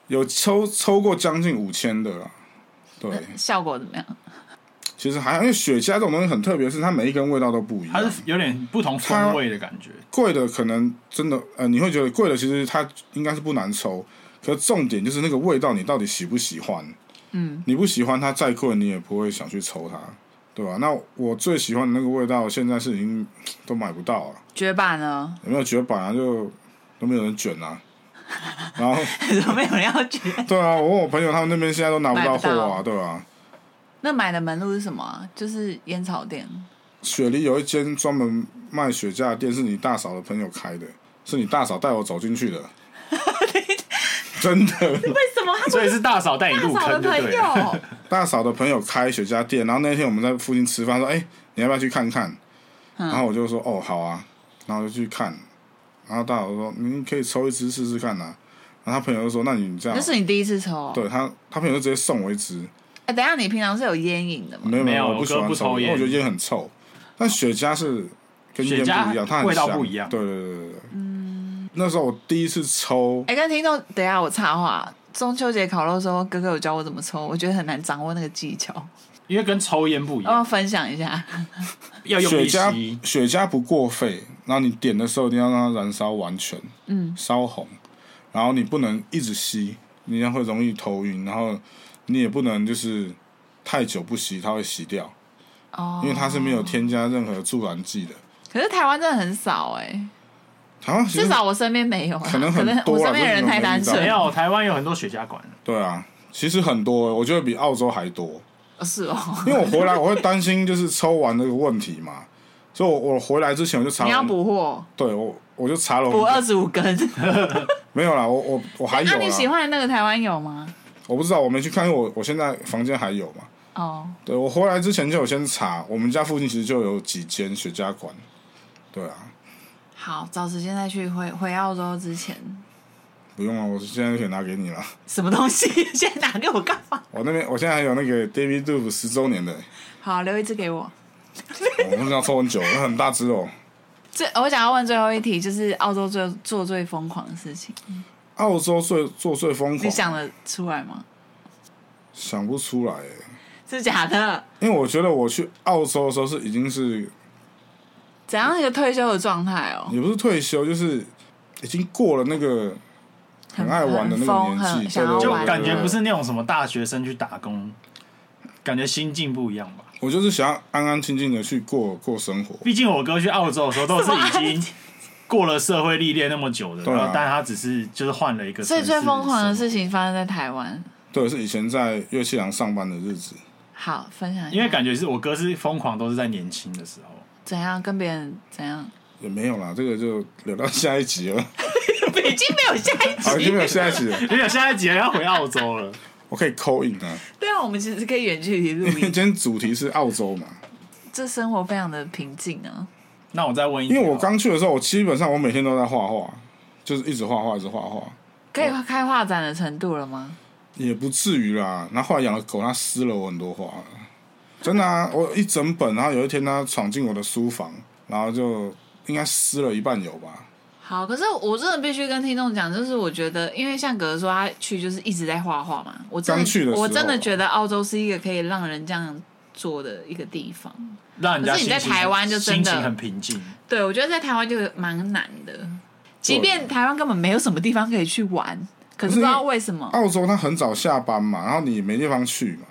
[SPEAKER 1] 有抽抽过将近五千的啦。对，
[SPEAKER 5] 效果怎么样？
[SPEAKER 1] 其实还好因为雪茄这种东西很特别，是它每一根味道都不一
[SPEAKER 3] 它
[SPEAKER 1] 样。
[SPEAKER 3] 是有点不同风味的感觉，
[SPEAKER 1] 贵的可能真的，呃，你会觉得贵的其实它应该是不难抽，可是重点就是那个味道你到底喜不喜欢。嗯，你不喜欢它再贵，你也不会想去抽它，对吧、那我最喜欢的那个味道，现在是已经都买不到了，
[SPEAKER 5] 绝版 了，
[SPEAKER 1] 有没有绝版啊？就都没有人卷啊。 然后
[SPEAKER 5] 怎么没有人要绝？
[SPEAKER 1] 对啊，我问我朋友，他们那边现在都拿不到货
[SPEAKER 5] 买
[SPEAKER 1] 啊，对啊。
[SPEAKER 5] 那买的门路是什么啊？就是烟草店。
[SPEAKER 1] 雪梨有一间专门卖雪茄的店，是你大嫂的朋友开的，是你大嫂带我走进 去的。真的，
[SPEAKER 5] 为什么他
[SPEAKER 3] 所以是大嫂带你
[SPEAKER 5] 大
[SPEAKER 3] 入
[SPEAKER 5] 嫂的
[SPEAKER 3] 坑，对
[SPEAKER 5] 朋
[SPEAKER 3] 不对了？
[SPEAKER 5] 友？
[SPEAKER 1] 大嫂的朋友开雪茄店，然后那天我们在附近吃饭，说：“哎、你要不要去看看？”
[SPEAKER 5] 嗯
[SPEAKER 1] 然后我就说：“哦，好啊。”然后就去看，然后大嫂说：“你可以抽一支试试看呐、啊然后他朋友就说：“那你这样
[SPEAKER 5] 那，是你第一次抽、哦？
[SPEAKER 1] 对他，他朋友就直接送我一支。
[SPEAKER 5] 哎、等一下你平常是有烟瘾的吗？
[SPEAKER 1] 没有
[SPEAKER 3] 没有
[SPEAKER 1] 有，我
[SPEAKER 3] 我
[SPEAKER 1] 不
[SPEAKER 3] 哥
[SPEAKER 1] 喜欢
[SPEAKER 3] 不抽
[SPEAKER 1] 烟，因
[SPEAKER 3] 烟
[SPEAKER 1] 为我觉得烟很臭。但雪茄是跟烟
[SPEAKER 3] 雪茄
[SPEAKER 1] 不一样，它很
[SPEAKER 3] 味道
[SPEAKER 1] 香
[SPEAKER 3] 不一样
[SPEAKER 1] 对对对对对。嗯，那时候我第一次抽，
[SPEAKER 5] 哎、跟听众，等一下我插话。中秋节烤肉的时候，哥哥有教我怎么抽，我觉得很难掌握那个技巧，
[SPEAKER 3] 因为跟抽烟
[SPEAKER 1] 嗯
[SPEAKER 3] 不一
[SPEAKER 5] 要不要
[SPEAKER 3] 样，
[SPEAKER 5] 分享一下？
[SPEAKER 3] 要用
[SPEAKER 1] 雪
[SPEAKER 3] 力
[SPEAKER 1] 茄
[SPEAKER 3] 吸，
[SPEAKER 1] 雪茄不过肺，然后你点的时候一定要让它燃烧完全，嗯，烧红，然后你不能一直吸，你这样会容易头晕，然后你也不能就是太久不吸，它会洗掉，
[SPEAKER 5] 哦
[SPEAKER 1] 因为它是没有添加任何助燃剂的。
[SPEAKER 5] 可是台湾真的很少哎、
[SPEAKER 1] 台湾其实
[SPEAKER 5] 至少我身边没有啊。
[SPEAKER 1] 可能很
[SPEAKER 5] 我
[SPEAKER 1] 多啊
[SPEAKER 5] 身边的人太单纯
[SPEAKER 1] 真
[SPEAKER 3] 没
[SPEAKER 1] 的
[SPEAKER 3] 有台湾有很多雪茄馆，
[SPEAKER 5] 哦
[SPEAKER 1] 对啊，其实很多，我觉得比澳洲还多。
[SPEAKER 5] 哦是哦。
[SPEAKER 1] 因为我回来我会担心就是抽完那个问题嘛，所以我我回来之前我就查了，
[SPEAKER 5] 你要补货，
[SPEAKER 1] 对我我就查了我
[SPEAKER 5] 补
[SPEAKER 1] 们
[SPEAKER 5] 二十五根。
[SPEAKER 1] 没哦有啊啦，我我我还有
[SPEAKER 5] 那
[SPEAKER 1] 啦，
[SPEAKER 5] 你喜欢的那个台湾有吗？
[SPEAKER 1] 我不知道，我没去看，因为我我现在房间还有嘛。
[SPEAKER 5] 哦，
[SPEAKER 1] 对我回来之前就有先查，我们家附近其实就有几间雪茄馆，对啊，
[SPEAKER 5] 好，找时间再去回回澳洲之前，
[SPEAKER 1] 不用啊，我现在就可以拿给你了。
[SPEAKER 5] 什么东西 现在拿给我干嘛？
[SPEAKER 1] 我那边我现在还有那个 David Dove 十周年的、
[SPEAKER 5] 好，留一支给我。
[SPEAKER 1] 我们要抽很久，那很大只哦。
[SPEAKER 5] 最我想要问最后一题，就是澳洲最做最疯狂的事情，
[SPEAKER 1] 澳洲最做最疯狂，
[SPEAKER 5] 你想得出来吗？
[SPEAKER 1] 想不出来、欸，
[SPEAKER 5] 是假的？
[SPEAKER 1] 因为我觉得我去澳洲的时候是已经是
[SPEAKER 5] 怎样一个退休的状态哦？
[SPEAKER 1] 也不是退休，就是已经过了那个很爱玩的那个
[SPEAKER 5] 疯
[SPEAKER 1] 年纪，
[SPEAKER 5] 很
[SPEAKER 1] 对
[SPEAKER 5] 想要
[SPEAKER 1] 对
[SPEAKER 3] 就
[SPEAKER 5] 玩
[SPEAKER 1] 对
[SPEAKER 3] 感觉
[SPEAKER 1] 对
[SPEAKER 3] 不是那种什么大学生去打工，感觉心境不一样吧。
[SPEAKER 1] 我就是想要安安静静的去过过生活。
[SPEAKER 3] 毕竟我哥去澳洲的时候都是已经过了社会历练那么久的，
[SPEAKER 1] 对啊
[SPEAKER 3] 然后但他只是就是换了一个城
[SPEAKER 5] 所
[SPEAKER 3] 市
[SPEAKER 5] 以
[SPEAKER 3] 生活，
[SPEAKER 5] 最疯狂的事情发生在台湾。
[SPEAKER 1] 对，是以前在乐器行上班的日子，
[SPEAKER 5] 好，分享一下，
[SPEAKER 3] 因为感觉是我哥是疯狂都是在年轻的时候。
[SPEAKER 5] 怎样跟别人怎样，
[SPEAKER 1] 也没有啦，这个就留到下一集了。
[SPEAKER 5] 已经没有下一
[SPEAKER 1] 好，已经
[SPEAKER 5] 集。
[SPEAKER 1] 没有下一集了，
[SPEAKER 3] 而且下一集还要回澳洲了，
[SPEAKER 1] 我可以扣印啊。
[SPEAKER 5] 对啊，我们其实可以远距离录
[SPEAKER 1] 因为今
[SPEAKER 5] 音，
[SPEAKER 1] 天主题是澳洲嘛，
[SPEAKER 5] 这生活非常的平静啊。
[SPEAKER 3] 那我再问一，哦
[SPEAKER 1] 因为我。刚去的时候，我基本上我每天都在画画，就是一直画画，一直画画，
[SPEAKER 5] 可以开画展的程度了吗？
[SPEAKER 1] 也不至于啦。然后后来养了狗，它撕了我很多画，真的啊，我一整本。然后有一天它闯进我的书房，然后就应该撕了一半有吧。
[SPEAKER 5] 好，可是我真的必须跟听众讲，就是我觉得，因为像格格说他去就是一直在画画嘛，我真的
[SPEAKER 1] 刚去的时候
[SPEAKER 5] 我真的觉得澳洲是一个可以让人这样做的一个地方。
[SPEAKER 3] 让人家
[SPEAKER 5] 可是你在
[SPEAKER 3] 心情
[SPEAKER 5] 台湾就真的
[SPEAKER 3] 心情很平静，
[SPEAKER 5] 对，我觉得在台湾就蛮难的，即便台湾根本没有什么地方可以去玩，可是不知道为什么，
[SPEAKER 1] 澳洲它很早下班嘛，然后你没地方去嘛，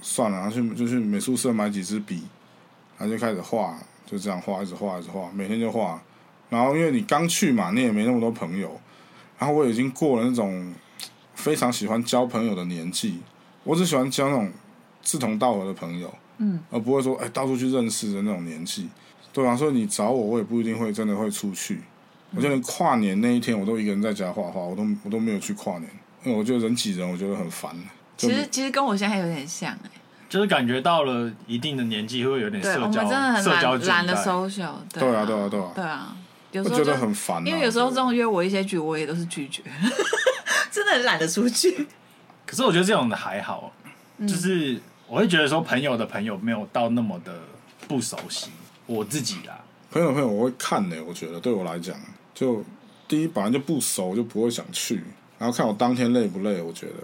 [SPEAKER 1] 算了，然后去就去美术社买几支笔，然后就开始画，就这样画，一直画，一直画，每天就画。然后因为你刚去嘛，你也没那么多朋友，然后我已经过了那种非常喜欢交朋友的年纪，我只喜欢交那种志同道合的朋友，嗯，而不会说哎、到处去认识的那种年纪，对啊，所以你找我，我也不一定会真的会出去。
[SPEAKER 5] 嗯
[SPEAKER 1] 我就连跨年那一天，我都一个人在家画画，我都我都没有去跨年，因为我觉得人挤人，我觉得很烦。就
[SPEAKER 5] 其实其实跟我现在有点像哎、
[SPEAKER 3] 就是感觉到了一定的年纪会有点
[SPEAKER 5] 对我
[SPEAKER 3] 社
[SPEAKER 5] 们
[SPEAKER 3] 交
[SPEAKER 5] 真的很
[SPEAKER 3] 社交
[SPEAKER 5] 懒
[SPEAKER 3] 倦怠
[SPEAKER 5] 懒得 social，对
[SPEAKER 1] 对
[SPEAKER 5] 啊
[SPEAKER 1] 啊，对啊，对啊，
[SPEAKER 5] 对啊，有
[SPEAKER 1] 我
[SPEAKER 5] 时候
[SPEAKER 1] 觉
[SPEAKER 5] 就
[SPEAKER 1] 得很烦啊
[SPEAKER 5] 因为有时候
[SPEAKER 1] 对
[SPEAKER 5] 这种约我一些局，我也都是拒绝， 真的很懒得出去。
[SPEAKER 3] 可是我觉得这种的还好，
[SPEAKER 5] 嗯
[SPEAKER 3] 就是我会觉得说朋友的朋友没有到那么的不熟悉，我自己啦，
[SPEAKER 1] 朋友的朋友我会看欸呢、我觉得对我来讲，就第一本来就不熟，就不会想去，然后看我当天累不累，我觉得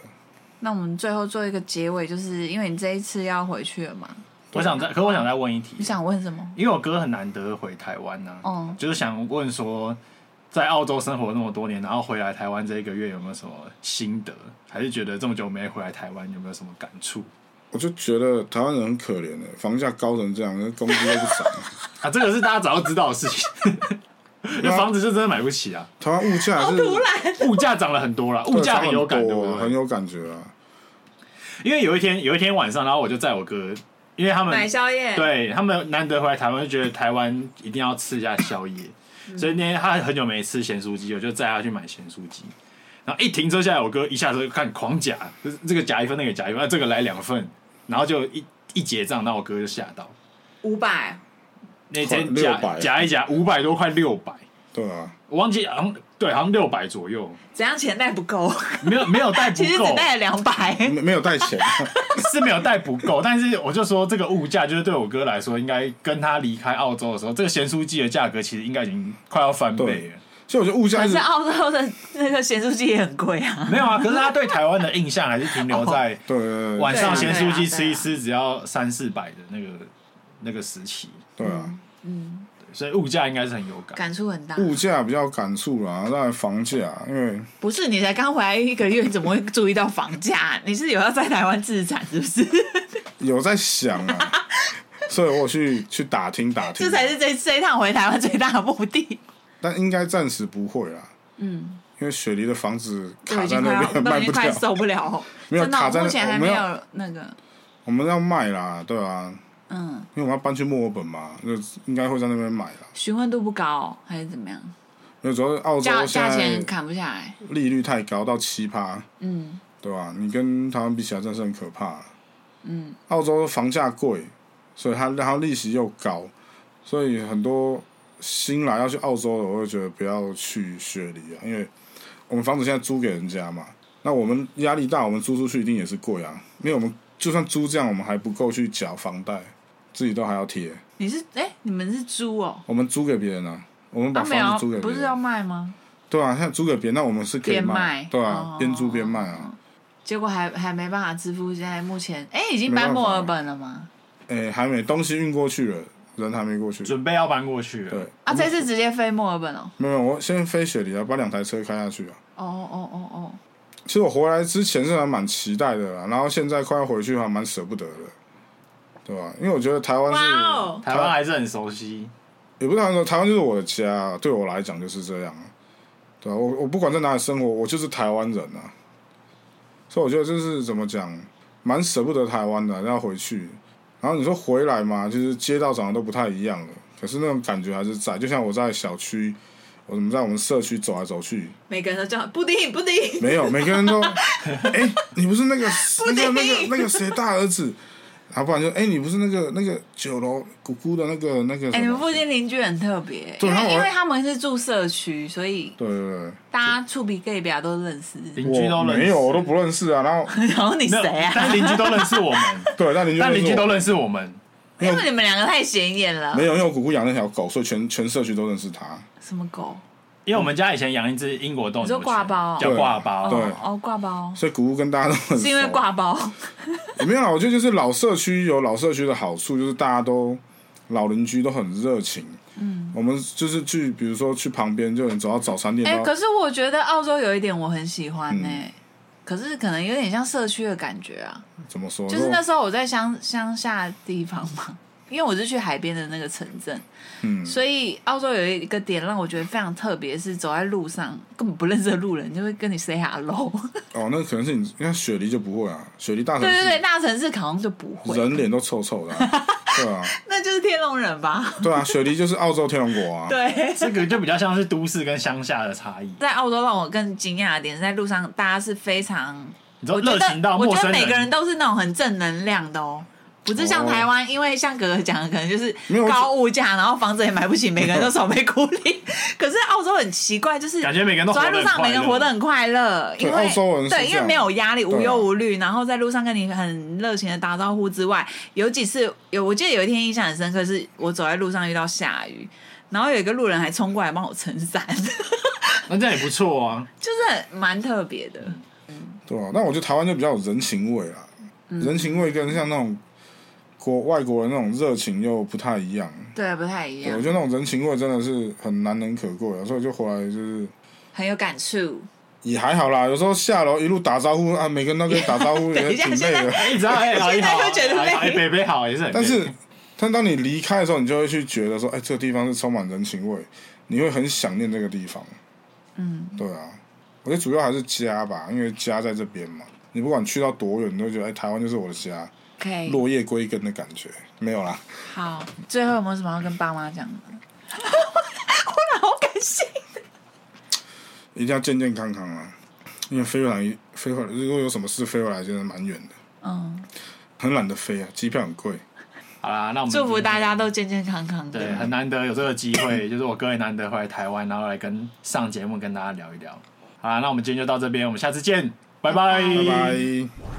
[SPEAKER 5] 那我们最后做一个结尾，就是因为你这一次要回去了嘛，
[SPEAKER 3] 我想再，可我想再问一题
[SPEAKER 5] 你，想问什么？
[SPEAKER 3] 因为我哥很难得回台湾呐、
[SPEAKER 5] 嗯
[SPEAKER 3] 就是想问说，在澳洲生活那么多年，然后回来台湾这一个月有没有什么心得？还是觉得这么久没回来台湾有没有什么感触？
[SPEAKER 1] 我就觉得台湾人很可怜呢、欸房价高成这样，那工资都不涨，
[SPEAKER 3] 啊，这个是大家早就知道的 事情。那房子是真的买不起啊，
[SPEAKER 1] 台湾物价是
[SPEAKER 3] 物价涨了很多了，物价很有感，
[SPEAKER 1] 对差
[SPEAKER 3] 对不
[SPEAKER 1] 很多啊很
[SPEAKER 3] 对？
[SPEAKER 1] 有感觉啊。
[SPEAKER 3] 因为有一天，有一天晚上，然后我就载我哥，因为他们
[SPEAKER 5] 宵夜，
[SPEAKER 3] 对他们难得回来台湾，就觉得台湾一定要吃一下宵夜，
[SPEAKER 5] 嗯
[SPEAKER 3] 所以那天他很久没吃咸酥鸡，我就载他去买咸酥鸡。然后一停车下来，我哥一下车就看狂夹，就是这个夹一份，那个夹一份，啊这个来两份，然后就一一结账，那我哥就吓到，
[SPEAKER 5] 五百，
[SPEAKER 3] 那天
[SPEAKER 1] 快
[SPEAKER 3] 夹
[SPEAKER 1] 600
[SPEAKER 3] 夹一夹五百多块六百，
[SPEAKER 1] 对啊，
[SPEAKER 3] 我忘记好像对好像六百左右，
[SPEAKER 5] 怎样钱带不 够？
[SPEAKER 3] 没有没有带不
[SPEAKER 5] 其实只
[SPEAKER 3] 够，
[SPEAKER 5] 带了两百，
[SPEAKER 1] 没没有带钱，啊
[SPEAKER 3] 啊是没有带不够，但是我就说这个物价就是对我哥来说，应该跟他离开澳洲的时候，这个咸酥鸡的价格其实应该已经快要翻倍了。
[SPEAKER 1] 所以我觉得物价
[SPEAKER 5] 可
[SPEAKER 1] 一
[SPEAKER 5] 是
[SPEAKER 1] 直
[SPEAKER 5] 澳洲的那个咸酥鸡也很贵啊。
[SPEAKER 3] 没有啊，可是他对台湾的印象还是停留在
[SPEAKER 1] 对对对
[SPEAKER 3] 晚
[SPEAKER 1] 对
[SPEAKER 3] 上咸酥鸡吃一吃，只要三四百的那个那个时期，
[SPEAKER 1] 对啊，
[SPEAKER 3] 所以物价应该是很有感。
[SPEAKER 5] 感触很大，
[SPEAKER 1] 物价比较感触啦，在房价，啊因为
[SPEAKER 5] 嗯不是你才刚回来一个月，你怎么会注意到房价？ 你是有要在台湾自产是不 是？
[SPEAKER 1] 有在想 啊，所以我有去去打听打听，
[SPEAKER 5] 这才是这这一趟回台湾最大的目 的。
[SPEAKER 1] 但应该暂时不会啦。嗯，因为雪梨的房子
[SPEAKER 5] 我
[SPEAKER 1] 卡
[SPEAKER 5] 已
[SPEAKER 1] 在
[SPEAKER 5] 经快
[SPEAKER 1] 那
[SPEAKER 5] 要，
[SPEAKER 1] 边
[SPEAKER 5] 都
[SPEAKER 1] 卖
[SPEAKER 5] 已
[SPEAKER 1] 不
[SPEAKER 5] 经快
[SPEAKER 1] 掉，
[SPEAKER 5] 受不了。
[SPEAKER 1] 没有
[SPEAKER 5] 真的，
[SPEAKER 1] 卡
[SPEAKER 5] 我
[SPEAKER 1] 在那
[SPEAKER 5] 目前还
[SPEAKER 1] 我
[SPEAKER 5] 没
[SPEAKER 1] 们要
[SPEAKER 5] 有那个。
[SPEAKER 1] 我们要卖啦，对啊，
[SPEAKER 5] 嗯，
[SPEAKER 1] 因为我们要搬去墨尔本嘛，就应该会在那边买啦。
[SPEAKER 5] 询问度不高还是怎么样？
[SPEAKER 1] 因为主要是澳
[SPEAKER 5] 价
[SPEAKER 1] 洲
[SPEAKER 5] 价钱
[SPEAKER 1] 现在
[SPEAKER 5] 砍不下来。
[SPEAKER 1] 利率太高到七趴，
[SPEAKER 5] 嗯
[SPEAKER 1] 对吧、你跟台湾比起来，真的是很可怕。
[SPEAKER 5] 嗯，
[SPEAKER 1] 澳洲房价贵，所以它然后利息又高，所以很多新来要去澳洲的，我会觉得不要去雪梨啊，因为我们房子现在租给人家嘛，那我们压力大，我们租出去一定也是贵啊，因为我们就算租这样，我们还不够去缴房贷，自己都还要贴，
[SPEAKER 5] 你是哎、你们是租哦？
[SPEAKER 1] 我们租给别人啊，我们把
[SPEAKER 5] 啊，没有
[SPEAKER 1] 房
[SPEAKER 5] 啊
[SPEAKER 1] 子租给，别
[SPEAKER 5] 不是
[SPEAKER 1] 人，
[SPEAKER 5] 要卖吗？
[SPEAKER 1] 对啊，现在租给别人，那我们是可以
[SPEAKER 5] 边
[SPEAKER 1] 卖
[SPEAKER 5] 卖，
[SPEAKER 1] 对啊
[SPEAKER 5] 哦，
[SPEAKER 1] 边租边卖啊，
[SPEAKER 5] 结果还还没办法支付，现在目前哎、已经
[SPEAKER 1] 没办
[SPEAKER 5] 搬
[SPEAKER 1] 法
[SPEAKER 5] 墨尔本了吗？
[SPEAKER 1] 哎，还没东西运过去了，人还没过去，
[SPEAKER 3] 准备要搬过去了。
[SPEAKER 1] 对，
[SPEAKER 5] 啊，这次直接飞墨尔本哦。
[SPEAKER 1] 没有，我先飞雪梨啊，把两台车开下去啊。
[SPEAKER 5] 哦哦哦哦，
[SPEAKER 1] 其实我回来之前是还蛮期待的啦，然后现在快要回去还蛮舍不得的，对吧、因为我觉得台湾是，
[SPEAKER 5] 哇哦，
[SPEAKER 3] 台湾还是很熟悉，
[SPEAKER 1] 也不是说台湾就是我的家，对我来讲就是这样，啊对吧、我我不管在哪里生活，我就是台湾人啊，所以我觉得就是怎么讲，蛮舍不得台湾的，要回去。然后你说回来嘛，就是街道长得都不太一样了，可是那种感觉还是在，就像我在小区，我怎么在我们社区走来走去，
[SPEAKER 5] 每个人都叫布丁布丁，
[SPEAKER 1] 没有，每个人都，哎、你不是那个那个那个那个谁大儿子，啊，不然就哎、你不是那个那个九楼姑姑的那个那个
[SPEAKER 5] 哎、
[SPEAKER 1] 什
[SPEAKER 5] 你们
[SPEAKER 1] 么？
[SPEAKER 5] 附近邻居很特别，
[SPEAKER 1] 对
[SPEAKER 5] 因
[SPEAKER 1] 他们
[SPEAKER 5] 为因为他们是住社区，所以
[SPEAKER 1] 对对
[SPEAKER 5] 大家触鼻 gay 表都认识。
[SPEAKER 3] 邻居
[SPEAKER 1] 对，
[SPEAKER 3] 都
[SPEAKER 1] 我
[SPEAKER 3] 认识，
[SPEAKER 1] 没有，我都不认识啊。然后
[SPEAKER 5] 然后你
[SPEAKER 3] 没有
[SPEAKER 5] 谁啊？
[SPEAKER 3] 但邻居都认识我们，
[SPEAKER 1] 对，那邻居
[SPEAKER 3] 但邻居都
[SPEAKER 1] 认
[SPEAKER 3] 认识我们，
[SPEAKER 5] 因为你们两个太显眼了
[SPEAKER 1] 识我。没有，因为我姑姑养那条狗，所以全全社区都认识它。
[SPEAKER 5] 什么狗？
[SPEAKER 3] 因为我们家以前养一只英国斗
[SPEAKER 5] 你说
[SPEAKER 3] 牛犬，
[SPEAKER 5] 挂包哦
[SPEAKER 3] 叫挂包，
[SPEAKER 1] 对
[SPEAKER 5] 哦哦，挂包
[SPEAKER 1] 所以姑姑跟大家都很熟
[SPEAKER 5] 是因为挂包，
[SPEAKER 1] 也没有啦，我觉得就是老社区有老社区的好处，就是大家都老邻居都很热情。嗯，我们就是去，比如说去旁边，就有人走到早餐店，
[SPEAKER 5] 哎、
[SPEAKER 1] 然后
[SPEAKER 5] 可是我觉得澳洲有一点我很喜欢呢、
[SPEAKER 1] 嗯
[SPEAKER 5] 可是可能有点像社区的感觉啊，
[SPEAKER 1] 怎么说？
[SPEAKER 5] 就是那时候我在乡乡下地方嘛，因为我是去海边的那个城镇，
[SPEAKER 1] 嗯，
[SPEAKER 5] 所以澳洲有一个点让我觉得非常特别，是走在路上根本不认识的路人就会跟你 say hello，
[SPEAKER 1] 哦，那可能是你，你看雪梨就不会啊，雪梨大城
[SPEAKER 5] 对对对，
[SPEAKER 1] 市
[SPEAKER 5] 大城市好像就不会，
[SPEAKER 1] 人脸都臭臭的、 啊，对啊，
[SPEAKER 5] 那就是天龙人吧？
[SPEAKER 1] 对啊，雪梨就是澳洲天龙国啊，
[SPEAKER 5] 对。
[SPEAKER 3] 这个就比较像是都市跟乡下的差异。
[SPEAKER 5] 在澳洲让我更惊讶的点是，在路上大家是非常
[SPEAKER 3] 你知道
[SPEAKER 5] 我觉
[SPEAKER 3] 热情到
[SPEAKER 5] 得，我
[SPEAKER 3] 陌
[SPEAKER 5] 觉
[SPEAKER 3] 生
[SPEAKER 5] 得每个人
[SPEAKER 3] 人，
[SPEAKER 5] 都是那种很正能量的哦，不是像
[SPEAKER 1] 哦
[SPEAKER 5] 台湾，因为像哥哥讲的，可能就是
[SPEAKER 1] 没有我
[SPEAKER 5] 高物价，然后房子也买不起，每个人都手被孤立。 可是澳洲很奇怪，就是
[SPEAKER 3] 感觉每个人都
[SPEAKER 5] 走在
[SPEAKER 3] 活得
[SPEAKER 5] 路
[SPEAKER 3] 很
[SPEAKER 5] 上，
[SPEAKER 3] 快
[SPEAKER 5] 每个人
[SPEAKER 3] 乐
[SPEAKER 5] 活得很快乐，
[SPEAKER 1] 对
[SPEAKER 5] 因为
[SPEAKER 1] 澳洲人是
[SPEAKER 5] 对，
[SPEAKER 1] 这
[SPEAKER 5] 因为
[SPEAKER 1] 样
[SPEAKER 5] 没有压力，
[SPEAKER 1] 对啊
[SPEAKER 5] 无忧无虑，然后在路上跟你很热情的打招呼之外，有几次有我记得有一天印象很深刻，是我走在路上遇到下雨，然后有一个路人还冲过来帮我撑伞，
[SPEAKER 3] 那这样也不错啊。
[SPEAKER 5] 就是很蛮特别的。
[SPEAKER 1] 对啊，那我觉得台湾就比较有人情味啦，
[SPEAKER 5] 嗯
[SPEAKER 1] 人情味跟像那种国外国人那种热情又不太一样，
[SPEAKER 5] 对，不太一
[SPEAKER 1] 对
[SPEAKER 5] 样
[SPEAKER 1] 我，觉得那种人情味真的是很难能可贵啊，所以就回来就是
[SPEAKER 5] 很有感触。
[SPEAKER 1] 也还好啦，有时候下楼一路打招呼啊，每个人都跟你打招呼
[SPEAKER 5] 等
[SPEAKER 1] 也
[SPEAKER 5] 一下
[SPEAKER 1] 挺累
[SPEAKER 5] 现
[SPEAKER 1] 的
[SPEAKER 5] 在，
[SPEAKER 3] 哎，只要哎，阿姨好，
[SPEAKER 5] 现在就觉得累
[SPEAKER 3] 哎，北北好也是很累，
[SPEAKER 1] 但是，但当你离开的时候，你就会去觉得说，哎、这个地方是充满人情味，你会很想念这个地方。嗯，对啊，我觉得主要还是家吧，因为家在这边嘛，你不管去到多远，你都会觉得，哎、台湾就是我的家，
[SPEAKER 5] OK，
[SPEAKER 1] 落叶归根的感觉。没有啦，
[SPEAKER 5] 好，最后有没有什么要跟爸妈讲的？ 我好感性。
[SPEAKER 1] 一定要健健康康啊，因为飞回来，飞回来如果有什么事飞回来，真的蛮远的，
[SPEAKER 5] 嗯，
[SPEAKER 1] 很懒得飞啊，机票很贵。
[SPEAKER 3] 好啦，那我们
[SPEAKER 5] 祝福大家都健健康康的。
[SPEAKER 3] 对，很难得有这个机会，就是我哥也难得回来台湾，然后来跟上节目跟大家聊一聊。好啦，那我们今天就到这边，我们下次见，拜拜
[SPEAKER 1] 拜拜。